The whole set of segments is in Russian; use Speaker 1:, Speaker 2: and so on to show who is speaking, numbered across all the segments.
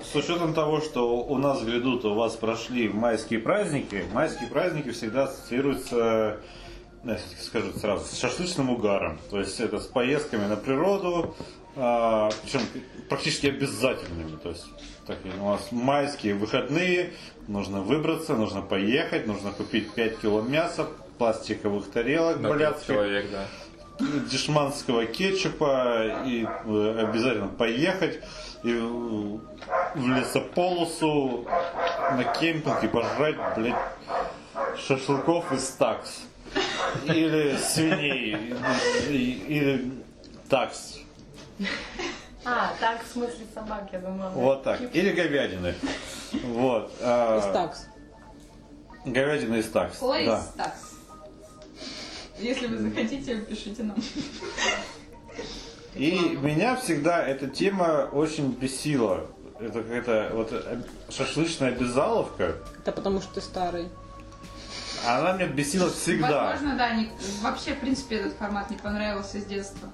Speaker 1: с учетом того, что у нас грядут, у вас прошли майские праздники, майские праздники всегда ассоциируются э, скажу сразу, с шашлычным угаром. То есть это с поездками на природу, а, причем практически обязательными. То есть так, у нас майские выходные, нужно выбраться, нужно поехать, нужно купить 5 кило мяса, пластиковых тарелок
Speaker 2: На пять
Speaker 1: блядских,
Speaker 2: человек, да.
Speaker 1: дешманского кетчупа и э, обязательно поехать и э, в лесополосу на кемпинг и пожрать, блядь, шашлыков из такс. Или свиней, и- или такс.
Speaker 3: А, так, в смысле собак, я думала.
Speaker 1: Вот так. Или говядины. Вот. а,
Speaker 4: Такс.
Speaker 1: Говядина из такс.
Speaker 5: Ой,
Speaker 1: Да.
Speaker 5: такс. Если вы захотите, пишите нам.
Speaker 1: Ну, И меня всегда эта тема очень бесила. Это какая-то вот э, шашлычная безаловка.
Speaker 4: Это потому что ты старый.
Speaker 1: Она меня бесила всегда.
Speaker 5: Возможно, да, не- вообще, в принципе, этот формат не понравился с детства.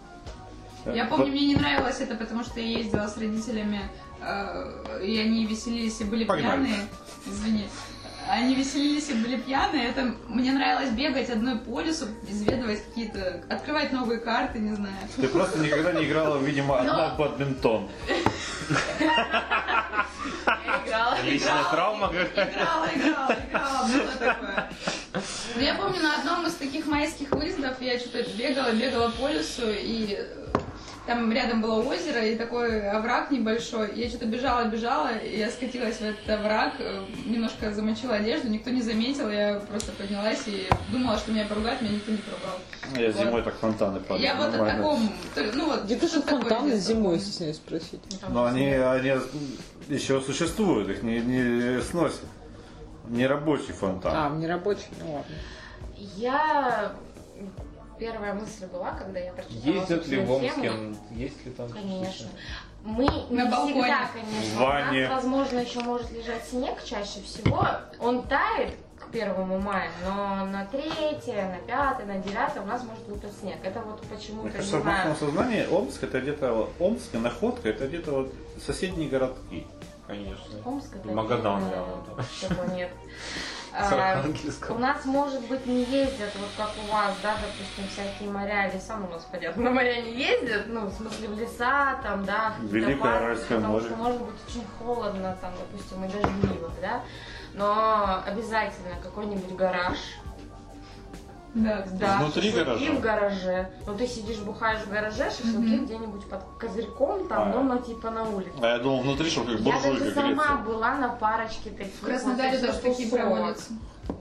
Speaker 5: Я
Speaker 1: Вот
Speaker 5: помню, мне не нравилось это, потому что я ездила с родителями, э, и они веселились и были
Speaker 1: Погнали.
Speaker 5: пьяные. Извини. Они веселились и были пьяные. Это мне нравилось бегать одной по лесу, изведывать какие-то, открывать новые карты, не знаю.
Speaker 1: Ты просто никогда не играла, видимо, одна
Speaker 5: Но-
Speaker 1: в бадминтон.
Speaker 5: Я играла,
Speaker 2: Личная травма.
Speaker 5: Играла, играла, играла, было такое. Ну, я помню, на одном из таких майских выездов я что-то бегала, бегала по лесу, и э, там рядом было озеро и такой овраг небольшой. Я что-то бежала, бежала, и я скатилась в этот овраг, э, немножко замочила одежду, никто не заметил, я просто поднялась и думала, что меня поругают, меня никто не поругал.
Speaker 1: Я зимой так фонтаны падаю.
Speaker 5: Я вот о
Speaker 1: нормально.
Speaker 5: таком, то- ну вот.
Speaker 4: Где ты же
Speaker 5: что-то такое
Speaker 4: фонтаны
Speaker 5: детство
Speaker 4: зимой,
Speaker 5: было.
Speaker 4: стесняюсь спросить?
Speaker 1: Но они, они еще существуют, их не, не сносят. Не рабочий
Speaker 4: А,
Speaker 1: фонтан.
Speaker 4: в нерабочий? Ну ладно.
Speaker 3: Я... Первая мысль была, когда я прочитала
Speaker 2: Ездят ли
Speaker 3: собственно,
Speaker 2: в Омске?
Speaker 3: тему.
Speaker 2: Есть ли там?
Speaker 3: Конечно. Мы не
Speaker 5: На балконе.
Speaker 3: всегда, конечно.
Speaker 1: В ванне.
Speaker 3: У нас, возможно, еще может лежать снег чаще всего. Он тает к первому мая, но на третье, на пятое, на девятое у нас может выпасть снег. Это вот
Speaker 1: Мне
Speaker 3: почему-то, не
Speaker 1: кажется, в нашем
Speaker 3: знаю.
Speaker 1: сознании Омск это где-то вот- Омск и находка это где-то вот соседние городки.
Speaker 2: Конечно.
Speaker 3: Омск это
Speaker 2: Магадан
Speaker 3: отдельно,
Speaker 2: рядом там.
Speaker 3: такого э, нет.
Speaker 2: С
Speaker 3: А,
Speaker 2: Архангельском.
Speaker 3: У нас, может быть, не ездят, вот как у вас, да, допустим, всякие моря, леса, ну, у нас, понятно, на моря не ездят, ну, в смысле, в леса, там, да. в какие-то
Speaker 1: Великое
Speaker 3: парки,
Speaker 1: Аральское
Speaker 3: потому
Speaker 1: море.
Speaker 3: что может быть очень холодно, там, допустим, и дождливо, да, но обязательно какой-нибудь гараж,
Speaker 5: Да,
Speaker 3: да,
Speaker 1: Внутри
Speaker 3: шашлыки
Speaker 1: гаража?
Speaker 3: в гараже. Ну, ты сидишь, бухаешь в гараже, шашлыки
Speaker 5: Мгм.
Speaker 3: где-нибудь под козырьком,
Speaker 1: А.
Speaker 3: там, дома, типа, на улице.
Speaker 1: А я думал внутри, что как
Speaker 3: Я даже
Speaker 1: буржуйка
Speaker 3: сама
Speaker 1: греется.
Speaker 3: была на парочке таких.
Speaker 5: В Краснодаре
Speaker 3: вот этих
Speaker 5: даже такие
Speaker 3: тусовок.
Speaker 5: проводятся.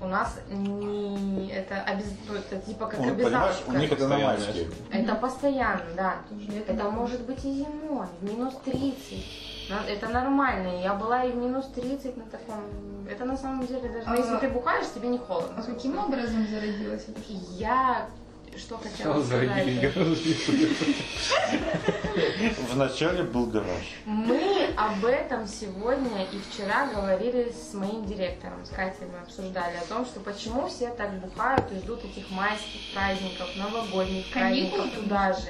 Speaker 3: У нас не это, обез... ну, это типа как
Speaker 1: Ну, понимаешь,
Speaker 3: обязаловка.
Speaker 1: у них это на
Speaker 2: Постоянно.
Speaker 1: майске.
Speaker 3: Это постоянно, да.
Speaker 5: Тоже лето,
Speaker 3: Это
Speaker 5: да.
Speaker 3: может быть и зимой, в минус 30. На- Это нормально. Я была и в минус 30 на таком. Это на самом деле даже...
Speaker 5: А-
Speaker 3: Ну, если ты бухаешь, тебе не холодно.
Speaker 5: А каким образом зародилась эта штука?
Speaker 3: Я... Что хотела
Speaker 2: За
Speaker 3: сказать?
Speaker 1: Вначале был гараж.
Speaker 3: Мы об этом сегодня и вчера говорили с моим директором, с Катей мы обсуждали о том, что почему все так бухают и ждут этих майских праздников, новогодних
Speaker 5: Каникул,
Speaker 3: праздников туда же.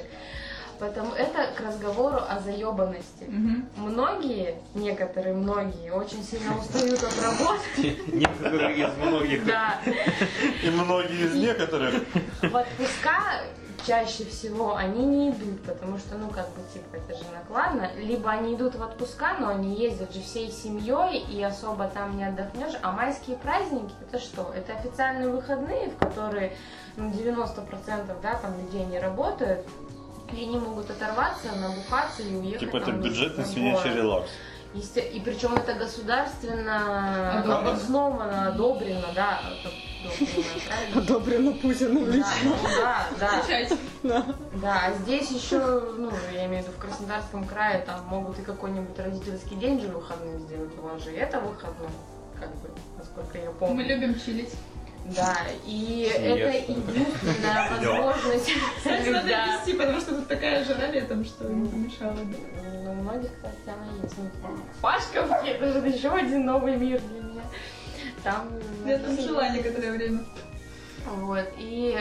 Speaker 3: Потому это к разговору о заебанности.
Speaker 5: Мгм.
Speaker 3: Многие, некоторые многие, очень сильно устают от работы.
Speaker 2: Некоторые из многих.
Speaker 3: Да.
Speaker 1: И многие из некоторых
Speaker 3: В отпуска чаще всего они не идут, потому что, ну, как бы, типа, это же накладно. Либо они идут в отпуска, но они ездят же всей семьей, и особо там не отдохнешь. А майские праздники, это что? Это официальные выходные, в которые ну, 90% да, там людей не работают, и они могут оторваться, набухаться и уехать.
Speaker 1: Типа это
Speaker 3: там на
Speaker 1: бюджетный
Speaker 3: свой
Speaker 1: свинячий
Speaker 3: город.
Speaker 1: релакс.
Speaker 3: Есте- И причем это государственно
Speaker 5: Одобрено.
Speaker 3: обосновано, одобрено, да. Одобрено, правильно?
Speaker 4: Одобрено Путину в
Speaker 3: Да,
Speaker 4: лицо.
Speaker 3: ну да, да.
Speaker 5: Отвечайте.
Speaker 3: Да, а здесь еще, ну, я имею в виду, в Краснодарском крае там могут и какой-нибудь родительский день же выходным сделать. У вас же это выходной, как бы, насколько я помню.
Speaker 5: Мы любим чилить.
Speaker 3: Да, и это
Speaker 2: Съезд.
Speaker 3: единственная возможность.
Speaker 5: Кстати, надо
Speaker 3: Да.
Speaker 5: вести, потому что тут такая жара летом, что не помешало. бы.
Speaker 3: Ну, у многих, кстати, она есть. Ну, Пашковки, это же еще один новый мир для меня. Там...
Speaker 5: Я там
Speaker 3: вообще-
Speaker 5: жила некоторое время.
Speaker 3: Вот, и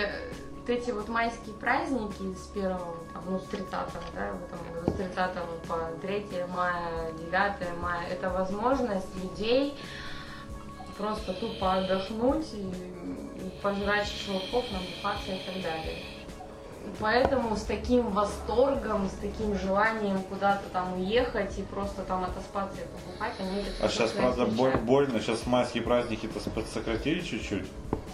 Speaker 3: вот эти вот майские праздники с 1, там, ну, с 30, да, в этом году, с 30 по 3 мая, 9 мая, это возможность людей просто тупо отдохнуть и, и пожрать шелков, набухаться и так далее. Поэтому с таким восторгом, с таким желанием куда-то там уехать и просто там отоспаться и побухать, они это
Speaker 1: А сейчас,
Speaker 3: прекрасно
Speaker 1: правда, боль-
Speaker 3: отмечают.
Speaker 1: больно. Сейчас майские праздники-то сп- сократили чуть-чуть.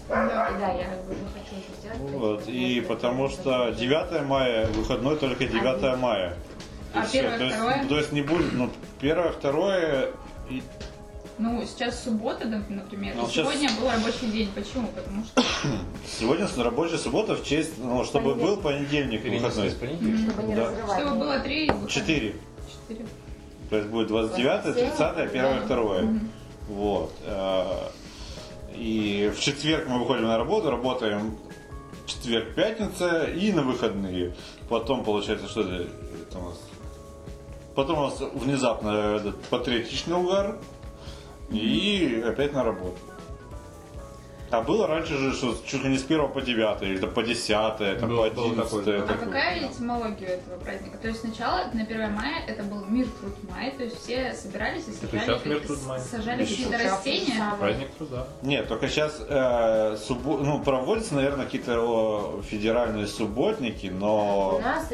Speaker 3: Да, я уже хочу еще сделать.
Speaker 1: Вот. И
Speaker 3: Вот,
Speaker 1: потому
Speaker 3: это
Speaker 1: что
Speaker 3: тоже.
Speaker 1: 9 мая, выходной только 9 мая. И
Speaker 5: А
Speaker 1: всё.
Speaker 5: первое,
Speaker 1: то, есть,
Speaker 5: второе?
Speaker 1: то есть не будет, ну, первое, второе, и-
Speaker 5: Ну, сейчас суббота, да,
Speaker 2: А
Speaker 5: например.
Speaker 1: Ну,
Speaker 5: и
Speaker 1: сейчас-
Speaker 5: Сегодня был рабочий день. Почему? Потому что
Speaker 1: сегодня с- рабочая суббота в честь, ну, чтобы был понедельник
Speaker 2: Перенесли
Speaker 1: выходной.
Speaker 2: с понедельника.
Speaker 3: Чтобы не
Speaker 1: Да.
Speaker 3: разрывать.
Speaker 5: чтобы было три выходных.
Speaker 1: 4.
Speaker 5: Четыре.
Speaker 1: То есть будет 29, 30, 1, 2.
Speaker 5: Мгм.
Speaker 1: Вот. А, И в четверг мы выходим на работу, работаем четверг, пятница и на выходные. Потом получается, что это, это у нас... Потом у нас внезапно этот патриотичный угар и опять на работу. А было раньше же, что чуть ли не с 1 по 9, или там по 10, там,
Speaker 2: Было-
Speaker 1: по
Speaker 2: было
Speaker 1: 11.
Speaker 2: такое, да.
Speaker 5: А какая этимология у этого праздника? То есть сначала на 1 мая это был мир труд май, то есть все собирались и собирали,
Speaker 2: сейчас мир
Speaker 5: с-
Speaker 2: труд май.
Speaker 5: сажали
Speaker 1: Еще.
Speaker 5: какие-то растения.
Speaker 3: Самое.
Speaker 2: Праздник труда.
Speaker 1: Нет, только сейчас ну, проводятся, наверное, какие-то о, федеральные субботники,
Speaker 3: У
Speaker 1: но
Speaker 3: нас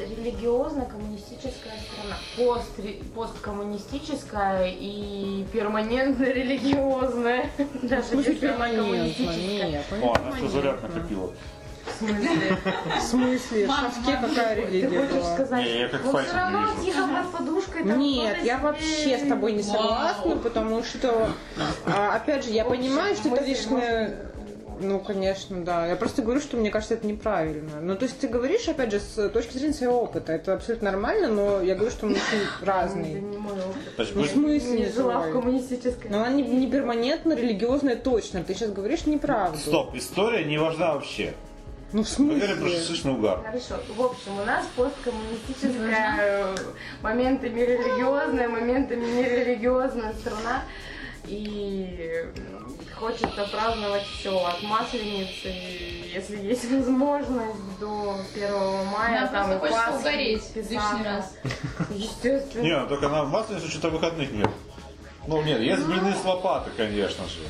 Speaker 3: религиозно-коммунистическая страна. Постре- посткоммунистическая и перманентно религиозная.
Speaker 4: В
Speaker 3: Даже
Speaker 4: смысле
Speaker 3: если она
Speaker 4: перманентно?
Speaker 3: коммунистическая.
Speaker 4: ну, Нет,
Speaker 1: о, она что заряд
Speaker 4: понятно.
Speaker 1: накопила.
Speaker 3: В смысле?
Speaker 4: В смысле? В
Speaker 5: Мама,
Speaker 4: шкафке
Speaker 5: мама,
Speaker 4: какая
Speaker 3: Ты
Speaker 4: религия
Speaker 3: хочешь
Speaker 4: была?
Speaker 3: сказать?
Speaker 1: Не, я как
Speaker 3: Но
Speaker 1: фантик
Speaker 3: все равно
Speaker 1: вижу.
Speaker 3: тихо под подушкой. там
Speaker 4: Нет,
Speaker 3: кто-то
Speaker 4: я
Speaker 3: себе-
Speaker 4: вообще с тобой не согласна,
Speaker 5: Вау.
Speaker 4: потому что, а, опять же, я
Speaker 3: Общая
Speaker 4: понимаю, что это
Speaker 3: мысль,
Speaker 4: лишнее... Ну, конечно, да. Я просто говорю, что мне кажется, это неправильно. Ну, то есть ты говоришь, опять же, с точки зрения своего опыта. Это абсолютно нормально, но я говорю, что он очень
Speaker 3: Это
Speaker 4: разный.
Speaker 3: не мой опыт.
Speaker 1: То есть
Speaker 4: Ну,
Speaker 1: вы-
Speaker 4: в смысле
Speaker 3: Не жила в
Speaker 4: твой?
Speaker 3: коммунистической.
Speaker 4: Но она не, не перманентно религиозная точно. Ты сейчас говоришь неправду.
Speaker 1: Стоп, история не важна вообще.
Speaker 4: Ну, в
Speaker 1: Мы говорим про
Speaker 4: смысле?
Speaker 1: шашлычный угар.
Speaker 3: Хорошо. В общем, у нас посткоммунистическая,
Speaker 5: Дружна.
Speaker 3: э, моментами религиозная, моментами нерелигиозная страна. И хочется праздновать все от Масленицы, если есть возможность, до 1 мая.
Speaker 5: Нам
Speaker 3: там
Speaker 5: просто
Speaker 3: и
Speaker 5: хочется
Speaker 3: Пасхи,
Speaker 5: угореть
Speaker 3: Песаха.
Speaker 5: лишний раз.
Speaker 3: Естественно.
Speaker 1: Не, ну, только на масленицу что-то выходных нет. Ну нет, есть блины с лопаты, конечно же.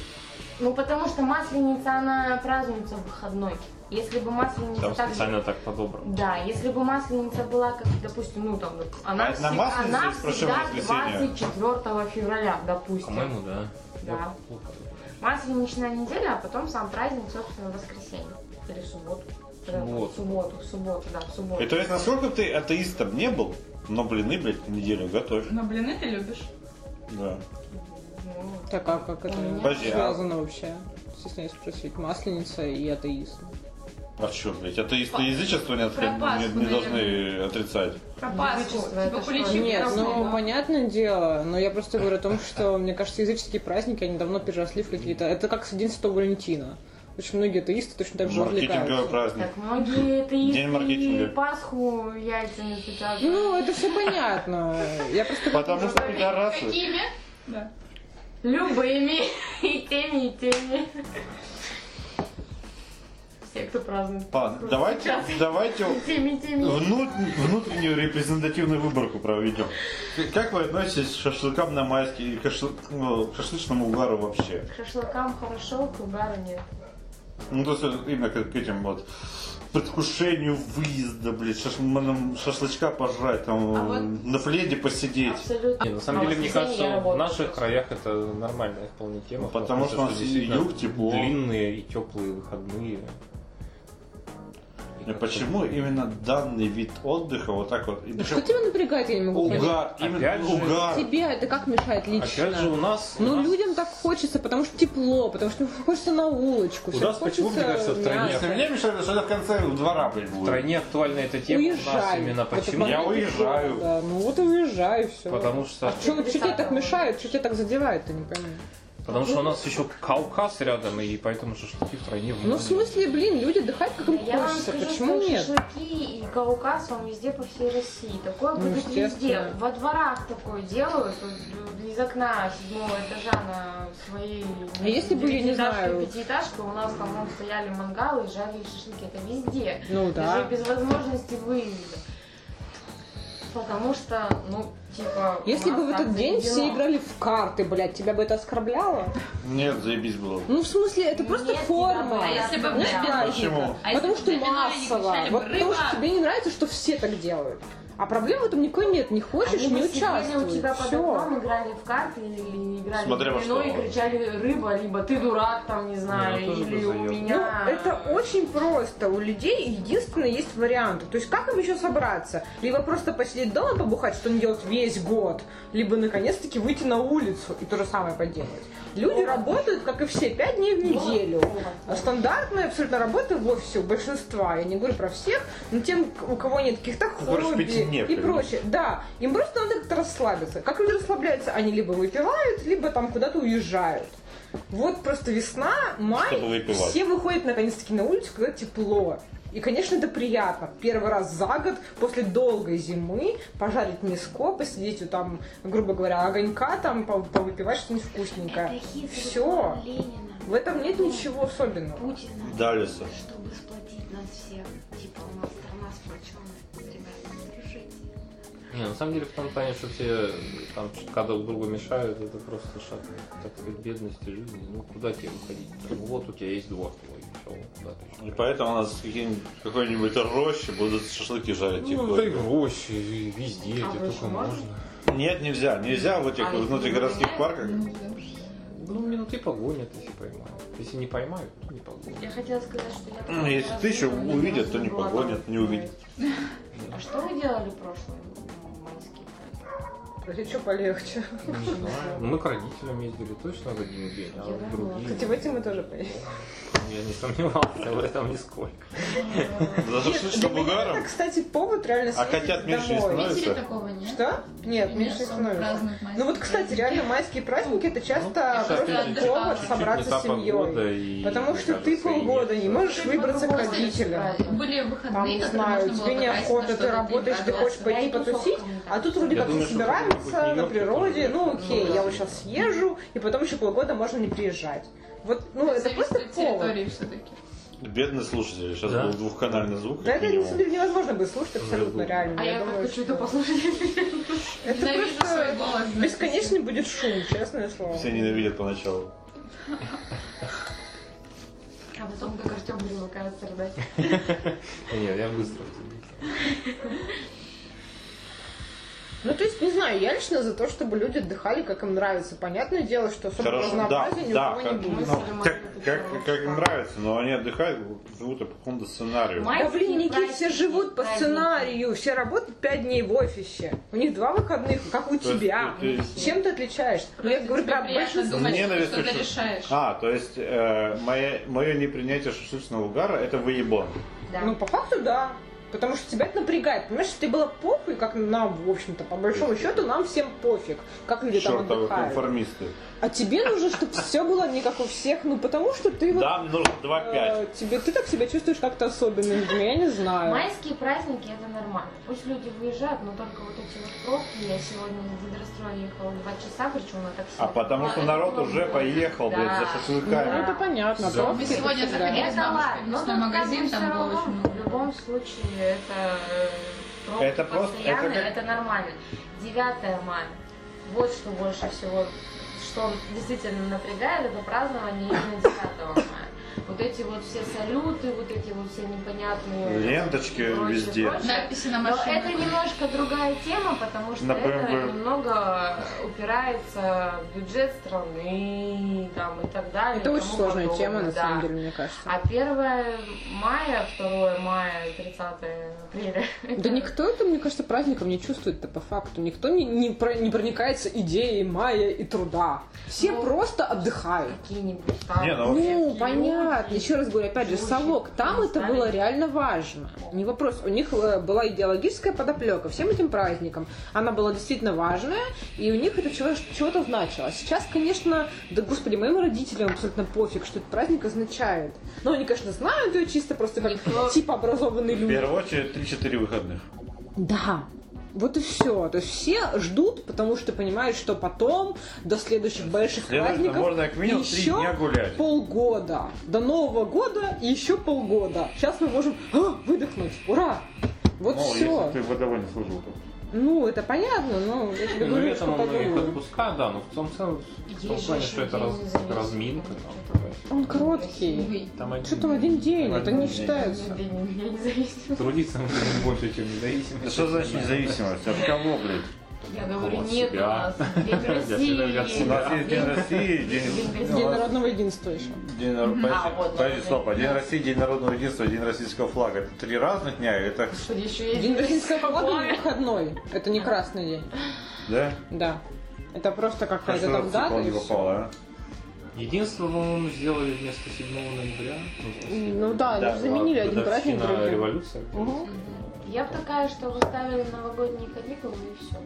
Speaker 3: Ну, потому что Масленица, она празднуется в выходной. Если бы Масленица
Speaker 2: Там
Speaker 3: так же-
Speaker 2: специально так по-доброму.
Speaker 3: Да, если бы масленица была, как, допустим, ну там, она,
Speaker 1: А это на
Speaker 3: всег-
Speaker 1: Масленице
Speaker 3: она
Speaker 1: или в прошлом
Speaker 3: всегда
Speaker 1: воскресенье?
Speaker 3: 24 февраля, допустим.
Speaker 2: По-моему, да.
Speaker 3: Да. Масленичная неделя, а потом сам праздник, собственно, воскресенье. Или субботу. Да,
Speaker 2: Субботу.
Speaker 3: В субботу, в субботу, да, в субботу.
Speaker 1: И то есть, насколько ты атеистом не был, но блины, блядь, неделю готовь.
Speaker 5: Но блины ты любишь.
Speaker 1: Да.
Speaker 3: Ну,
Speaker 4: Так, а как это
Speaker 1: Подожди, а-
Speaker 4: связано вообще? Стесняюсь спросить. Масленица и атеизм.
Speaker 1: А что, блядь, атеисты язычество не, отход-
Speaker 5: Про Пасху,
Speaker 1: не- не должны отрицать.
Speaker 5: Про
Speaker 3: Ну,
Speaker 5: Пасху.
Speaker 3: вычество это
Speaker 5: Типа
Speaker 3: что?
Speaker 5: куличи
Speaker 4: Нет,
Speaker 5: красные,
Speaker 4: ну
Speaker 5: да.
Speaker 4: понятное дело, но я просто говорю о том, что мне кажется, языческие праздники, они давно переросли в какие-то. Это как с 11 Валентина. Очень многие атеисты точно так же
Speaker 1: Маркетинговый
Speaker 4: увлекаются.
Speaker 1: праздник.
Speaker 3: так многие атеисты
Speaker 1: День маркетинга.
Speaker 3: и Пасху яйцами печатают.
Speaker 4: Ну, это все понятно. Я просто
Speaker 1: Потому что пидорасы.
Speaker 5: Какими? Да.
Speaker 3: Любыми. И теми, и теми. Все, кто празднует.
Speaker 1: Ладно, давайте,
Speaker 3: Сейчас.
Speaker 1: давайте
Speaker 3: Теми, теми.
Speaker 1: внут- внутреннюю репрезентативную выборку проведем. Как вы относитесь к шашлыкам на майске и к шашлы- ну, к шашлычному угару вообще?
Speaker 3: К шашлыкам хорошо, к угару нет.
Speaker 1: Ну, то есть вот именно к, к этим вот предвкушению выезда, блядь, шаш- м- шашлычка пожрать, там,
Speaker 3: А вот-
Speaker 1: на пледе посидеть.
Speaker 3: Абсолютно.
Speaker 2: Не, на самом
Speaker 3: А
Speaker 2: деле, мне
Speaker 3: воскресенье я
Speaker 2: кажется, в
Speaker 3: работаю.
Speaker 2: наших краях это нормальная вполне тема.
Speaker 1: Ну, потому что у нас
Speaker 2: действительно
Speaker 1: юг, тепло.
Speaker 2: Длинные и теплые выходные. И
Speaker 1: И
Speaker 2: как-то-
Speaker 1: Почему именно данный вид отдыха вот так вот? И
Speaker 4: Ну,
Speaker 1: причем
Speaker 4: Что тебя напрягает, я не могу понять.
Speaker 1: угар,
Speaker 2: Опять
Speaker 1: именно
Speaker 2: же-
Speaker 1: угар.
Speaker 4: Тебе это как мешает
Speaker 2: Опять же, у
Speaker 4: лично?
Speaker 2: нас... у
Speaker 4: Ну,
Speaker 2: нас-
Speaker 4: людям так хочется, потому что тепло, потому что хочется на улочку.
Speaker 2: У
Speaker 4: всем
Speaker 2: нас почему,
Speaker 4: хочется
Speaker 2: мне кажется, в стране-
Speaker 4: мяса.
Speaker 1: Если мне мешает, что это в конце двора, блядь,
Speaker 2: В
Speaker 1: будет.
Speaker 2: стране актуальна эта тема. У нас
Speaker 4: Уезжай.
Speaker 2: именно
Speaker 4: Вот это
Speaker 2: почему.
Speaker 4: моя
Speaker 1: Я
Speaker 4: тема.
Speaker 1: уезжаю.
Speaker 4: Да, ну вот и уезжай, все.
Speaker 2: Потому что...
Speaker 4: Что, тебе так мешает, что тебя так задевает, ты не пойму.
Speaker 2: Потому что у нас еще Кауказ рядом, и поэтому шашлыки втройне
Speaker 4: Ну, в смысле, блин, люди отдыхать как им
Speaker 3: Я вам
Speaker 4: хочется,
Speaker 3: скажу,
Speaker 4: почему
Speaker 3: что
Speaker 4: нет?
Speaker 3: шашлыки и каукас, он везде по всей России. Такое
Speaker 4: Ну,
Speaker 3: будет
Speaker 4: естественно.
Speaker 3: везде. Во дворах такое делают, вот, из окна седьмого этажа на своей
Speaker 4: А если бы, я не знаю.
Speaker 3: пятиэтажке у нас там вон, стояли мангалы и жарили шашлыки. Это везде.
Speaker 4: Ну да.
Speaker 3: Даже без возможности выезда. Потому что, ну, типа... у
Speaker 4: Если
Speaker 3: нас
Speaker 4: бы в
Speaker 3: так
Speaker 4: этот день все
Speaker 3: заведено.
Speaker 4: играли в карты, блядь, тебя бы это оскорбляло?
Speaker 1: Нет, заебись было.
Speaker 4: Ну, в смысле, это просто
Speaker 3: Нет, не
Speaker 4: форма.
Speaker 3: давай.
Speaker 5: А если бы
Speaker 4: Ну,
Speaker 5: мы
Speaker 4: да.
Speaker 5: обедали-
Speaker 1: Почему?
Speaker 5: А если
Speaker 4: потому
Speaker 5: бы
Speaker 4: что
Speaker 5: мы обедали, не
Speaker 4: массово.
Speaker 5: кричали бы,
Speaker 4: Вот потому что
Speaker 5: «Рыба!»
Speaker 4: тебе не нравится, что все так делают. А проблемы в этом никакой нет. Не
Speaker 5: А
Speaker 4: хочешь,
Speaker 3: Они А бы
Speaker 4: не
Speaker 3: сидели
Speaker 4: участвуй.
Speaker 3: у тебя под
Speaker 4: Все.
Speaker 3: окном, играли в карты или играли
Speaker 1: Смотря во
Speaker 3: в вино
Speaker 1: что.
Speaker 3: и кричали «рыба», либо «ты дурак», там, не знаю,
Speaker 2: Не, ну тоже
Speaker 3: или
Speaker 2: бы
Speaker 3: «у
Speaker 2: заеб.
Speaker 4: Ну,
Speaker 3: меня...»
Speaker 4: это очень просто. У людей единственное есть варианты. То есть как им еще собраться? Либо просто посидеть дома побухать, что они делают весь год, либо наконец-таки выйти на улицу и то же самое поделать. Люди работают, как и все, пять дней в неделю. А Стандартная абсолютно работа в офисе у большинства, я не говорю про всех, но тем, у кого нет каких-то
Speaker 1: Которых в
Speaker 4: хобби
Speaker 1: Питере нет,
Speaker 4: и
Speaker 1: понимаешь?
Speaker 4: прочее. Да, им просто надо как-то расслабиться. Как люди расслабляются? Они либо выпивают, либо там куда-то уезжают. Вот просто весна, май,
Speaker 1: Чтобы выпивать.
Speaker 4: все выходят наконец-таки на улицу, когда тепло. И, конечно, это приятно. Первый раз за год, после долгой зимы, пожарить миско, посидеть у там, грубо говоря, огонька, там, пов- повыпивать что-нибудь
Speaker 6: Это
Speaker 4: вкусненькое.
Speaker 6: хитрость
Speaker 4: Все.
Speaker 6: Ленина,
Speaker 4: В этом нет ничего особенного.
Speaker 6: Путина,
Speaker 1: Далиса.
Speaker 6: чтобы сплотить нас всех. Типа у нас страна сплоченная. Ребята, дружите.
Speaker 2: Не, на самом деле в том плане, что все там когда друг другу мешают, это просто шаг, так сказать, бедности жизни. Ну куда тебе выходить? Ну вот у тебя есть двор твой, всё, куда ты
Speaker 1: И
Speaker 2: ещё?
Speaker 1: поэтому у нас в какие-нибудь- какой-нибудь роще будут шашлыки жарить. и
Speaker 2: Ну,
Speaker 1: ходят.
Speaker 2: да и гроши, и везде,
Speaker 3: А
Speaker 2: где
Speaker 3: больше
Speaker 2: только
Speaker 3: можно?
Speaker 2: можно.
Speaker 1: Нет, нельзя. Нельзя в этих
Speaker 3: А если
Speaker 1: внутригородских
Speaker 3: не
Speaker 1: парках.
Speaker 2: Ну, минуты погонят, если поймают. Если не поймают, то не
Speaker 3: Я
Speaker 2: погонят.
Speaker 3: хотела сказать, что я...
Speaker 1: Ну, Если
Speaker 3: раз
Speaker 1: тысячу
Speaker 3: ездила,
Speaker 1: увидят, то не
Speaker 3: я была
Speaker 1: погонят, не
Speaker 3: дома.
Speaker 1: увидят.
Speaker 3: А что вы делали ну, прошлым майским?
Speaker 4: Если что, полегче.
Speaker 2: Не знаю. Ну, Мы к родителям ездили точно в один день, а
Speaker 3: Я
Speaker 2: в
Speaker 3: думала.
Speaker 2: другие...
Speaker 4: Кстати, в эти мы тоже поедем.
Speaker 2: Я не сомневался в этом нисколько.
Speaker 1: За
Speaker 4: Нет, для
Speaker 1: шашлычным
Speaker 4: меня
Speaker 1: угаром?
Speaker 4: Это, кстати, повод реально
Speaker 1: А
Speaker 4: съездить
Speaker 1: котят меньше не
Speaker 4: домой.
Speaker 1: становится?
Speaker 5: В Питере такого нет.
Speaker 4: Что? Нет,
Speaker 5: Например,
Speaker 4: меньше
Speaker 5: что
Speaker 4: становится.
Speaker 5: празднуют майские
Speaker 4: Ну вот, кстати,
Speaker 5: праздники.
Speaker 4: реально майские праздники это
Speaker 2: Ну,
Speaker 1: Ну,
Speaker 4: часто
Speaker 5: это
Speaker 4: просто
Speaker 5: отдыхать.
Speaker 2: типа,
Speaker 4: повод
Speaker 5: Чуть-чуть
Speaker 4: собраться с семьей. Потому что ты полгода не можешь
Speaker 3: Чуть
Speaker 4: выбраться к
Speaker 3: по-другому
Speaker 4: родителям.
Speaker 3: ставить.
Speaker 5: Были
Speaker 4: Там,
Speaker 5: выходные,
Speaker 4: не
Speaker 5: которые можно было
Speaker 4: знаю, тебе
Speaker 5: потратить на
Speaker 4: неохота, ты
Speaker 5: что-то,
Speaker 4: работаешь, ты
Speaker 5: порадоваться.
Speaker 4: хочешь пойти
Speaker 3: Да и
Speaker 4: потусить,
Speaker 3: тусовка не так.
Speaker 4: а тут вроде
Speaker 2: Я
Speaker 4: как
Speaker 2: думаю,
Speaker 4: все
Speaker 2: что какой-нибудь
Speaker 4: собираются на
Speaker 2: Нью-Йорк
Speaker 4: природе,
Speaker 2: это тоже
Speaker 4: ну
Speaker 2: будет.
Speaker 4: окей,
Speaker 2: Ну,
Speaker 4: я
Speaker 2: да.
Speaker 4: вот сейчас съезжу, и потом еще полгода можно не приезжать. Вот, ну, это
Speaker 5: Зависит
Speaker 4: просто
Speaker 5: от
Speaker 4: повод.
Speaker 5: территории все-таки.
Speaker 1: Бедные слушатели. Сейчас
Speaker 2: Да.
Speaker 1: был двухканальный звук.
Speaker 4: Да
Speaker 1: как
Speaker 4: это, на
Speaker 1: минимум.
Speaker 4: самом деле, невозможно будет слушать абсолютно
Speaker 2: Забыл.
Speaker 4: реально.
Speaker 3: А я
Speaker 4: думаю,
Speaker 3: так хочу это
Speaker 4: что
Speaker 3: послушать.
Speaker 4: Это
Speaker 5: Ненавижу свой
Speaker 4: просто
Speaker 5: голос. знаете.
Speaker 4: бесконечный будет шум, честное слово.
Speaker 1: Все ненавидят поначалу.
Speaker 3: А потом как Артем привыкает страдать.
Speaker 2: Нет, я быстро в тебе.
Speaker 4: Ну, то есть, не знаю, я лично за то, чтобы люди отдыхали, как им нравится. Понятное дело, что особо
Speaker 1: Хорошо, да,
Speaker 4: разнообразия ни у
Speaker 1: да,
Speaker 4: кого не
Speaker 1: как,
Speaker 4: будет.
Speaker 1: ну,
Speaker 3: Мысли
Speaker 1: как, как, как им нравится, но они отдыхают как будто по какому-то сценарию.
Speaker 3: Май-
Speaker 4: Да А блин,
Speaker 3: Майские
Speaker 4: Никит, все
Speaker 3: праздники,
Speaker 4: живут по
Speaker 3: праздники.
Speaker 4: сценарию, все работают пять дней в офисе. У них два выходных, как у
Speaker 1: То есть,
Speaker 4: тебя.
Speaker 1: то есть-
Speaker 4: Чем ты отличаешься? Ну, я говорю
Speaker 5: Тебе
Speaker 4: про
Speaker 5: приятно
Speaker 4: большинство.
Speaker 5: думать,
Speaker 1: Ненависть
Speaker 5: что ты
Speaker 1: хочу.
Speaker 5: решаешь.
Speaker 1: А, то есть э, мое, мое непринятие шашлычного угара это выебон.
Speaker 3: Да.
Speaker 4: Ну, по факту, да. Потому что тебя это напрягает. Понимаешь, если тебе было похуй, как нам, в общем-то, по большому счету, нам всем пофиг, как люди там
Speaker 1: Чертовы
Speaker 4: отдыхают.
Speaker 1: конформисты.
Speaker 4: А тебе нужно, чтобы все было не как у всех, ну потому что ты вот
Speaker 1: Да, мне нужно
Speaker 4: Э,
Speaker 1: 2-5.
Speaker 4: Тебе, ты так себя чувствуешь как-то особенным, я не знаю.
Speaker 3: Майские праздники это нормально. Пусть люди выезжают, но только вот эти вот пробки. Я сегодня из Гидростроя ехала два часа, причем на такси.
Speaker 1: А потому что
Speaker 3: Это
Speaker 1: народ
Speaker 3: было
Speaker 1: уже
Speaker 3: больно.
Speaker 1: поехал,
Speaker 3: Да.
Speaker 1: блядь, за шашлыками.
Speaker 4: Ну, это понятно.
Speaker 2: Да.
Speaker 4: пробки
Speaker 5: Мы
Speaker 4: это
Speaker 5: сегодня
Speaker 4: всегда.
Speaker 5: заходили.
Speaker 3: Это ладно, но
Speaker 5: Обычно
Speaker 3: только
Speaker 5: магазин
Speaker 3: всё
Speaker 5: там было
Speaker 3: равно
Speaker 5: очень много.
Speaker 3: В любом случае это э, пробки
Speaker 1: Это просто-
Speaker 3: постоянные,
Speaker 1: это
Speaker 3: это,
Speaker 1: как-
Speaker 3: нормально. 9 мая. Вот что больше всего, что действительно напрягает, это празднование именно 10 мая. Вот эти вот все салюты, вот эти вот все непонятные...
Speaker 1: Ленточки
Speaker 3: и прочее,
Speaker 1: везде.
Speaker 3: прочее.
Speaker 5: Надписи на
Speaker 3: Но это
Speaker 5: машинах.
Speaker 3: немножко другая тема, потому что
Speaker 1: На
Speaker 3: это
Speaker 1: BMW.
Speaker 3: немного упирается в бюджет страны там, и так далее.
Speaker 4: Это
Speaker 3: и
Speaker 4: очень
Speaker 3: тому
Speaker 4: сложная
Speaker 3: подобное,
Speaker 4: тема,
Speaker 3: да.
Speaker 4: на самом деле, мне кажется.
Speaker 3: А 1 мая, 2 мая, 30 апреля.
Speaker 4: Да никто это, мне кажется, праздником не чувствует-то по факту. Никто не, не про- не проникается идеей мая и труда. Все
Speaker 3: Ну, а
Speaker 4: просто отдыхают.
Speaker 3: Какие-нибудь там.
Speaker 1: Не, ну,
Speaker 4: Ну, понятно. понятно. Еще раз говорю, опять же, совок, там это было реально важно. Не вопрос. У них э, была идеологическая подоплека всем этим праздникам. Она была действительно важная, и у них это чего- чего-то значило. А Сейчас, конечно, да господи, моим родителям абсолютно пофиг, что этот праздник означает. Но они, конечно, знают ее чисто просто как типа образованные
Speaker 1: В
Speaker 4: люди.
Speaker 1: первую очередь 3-4 выходных.
Speaker 4: Да. Вот и все. То есть все ждут, потому что понимают, что потом до следующих больших
Speaker 1: Следовательно,
Speaker 4: праздников
Speaker 1: можно как минимум 3
Speaker 4: еще
Speaker 1: дня гулять.
Speaker 4: полгода. До Нового года и еще полгода. Сейчас мы можем а, выдохнуть. Ура! Вот
Speaker 1: Мол,
Speaker 4: все.
Speaker 1: Ну, если ты в водовой не служил, то.
Speaker 4: Ну, это понятно, но я тебе
Speaker 2: Ну,
Speaker 4: говорю, что
Speaker 2: летом у многих
Speaker 4: подумаю.
Speaker 2: отпуска, да, но в том целом, в том плане, что это раз- типа, разминка. там, то
Speaker 4: Он короткий.
Speaker 2: есть. Там один-
Speaker 4: Что там один день? Это не
Speaker 2: Один день.
Speaker 4: считается.
Speaker 2: Трудиться нужно больше, чем
Speaker 1: Да
Speaker 2: независимость.
Speaker 1: Что значит независимость? От кого, блядь?
Speaker 3: Я говорю,
Speaker 2: Вот
Speaker 3: нет у
Speaker 2: себя.
Speaker 3: нас. День
Speaker 2: Я всегда от
Speaker 1: У
Speaker 2: себя.
Speaker 1: нас
Speaker 3: России.
Speaker 1: есть День России, День...
Speaker 4: День народного единства еще.
Speaker 1: День народ-
Speaker 3: Мгм.
Speaker 1: Подожди,
Speaker 3: А, вот,
Speaker 1: подожди,
Speaker 3: вот,
Speaker 1: стоп. А
Speaker 3: да.
Speaker 1: День России, День народного единства, День российского флага. Это три разных дня, это...
Speaker 3: Что еще есть?
Speaker 4: День российского флага не выходной. Это не красный день.
Speaker 1: Да?
Speaker 4: Да. Это
Speaker 1: Кажется,
Speaker 4: просто какая-то там
Speaker 1: в цикл
Speaker 4: дата.
Speaker 1: не
Speaker 4: и всё.
Speaker 1: попало, а?
Speaker 2: Единство, по-моему, сделали вместо 7 ноября.
Speaker 4: Ну да, они
Speaker 1: Да,
Speaker 4: же заменили один праздник
Speaker 2: годовщина
Speaker 4: другим. Ну
Speaker 2: революция.
Speaker 4: Мгм.
Speaker 3: Я бы такая, что вы ставили новогодние каникулы и все.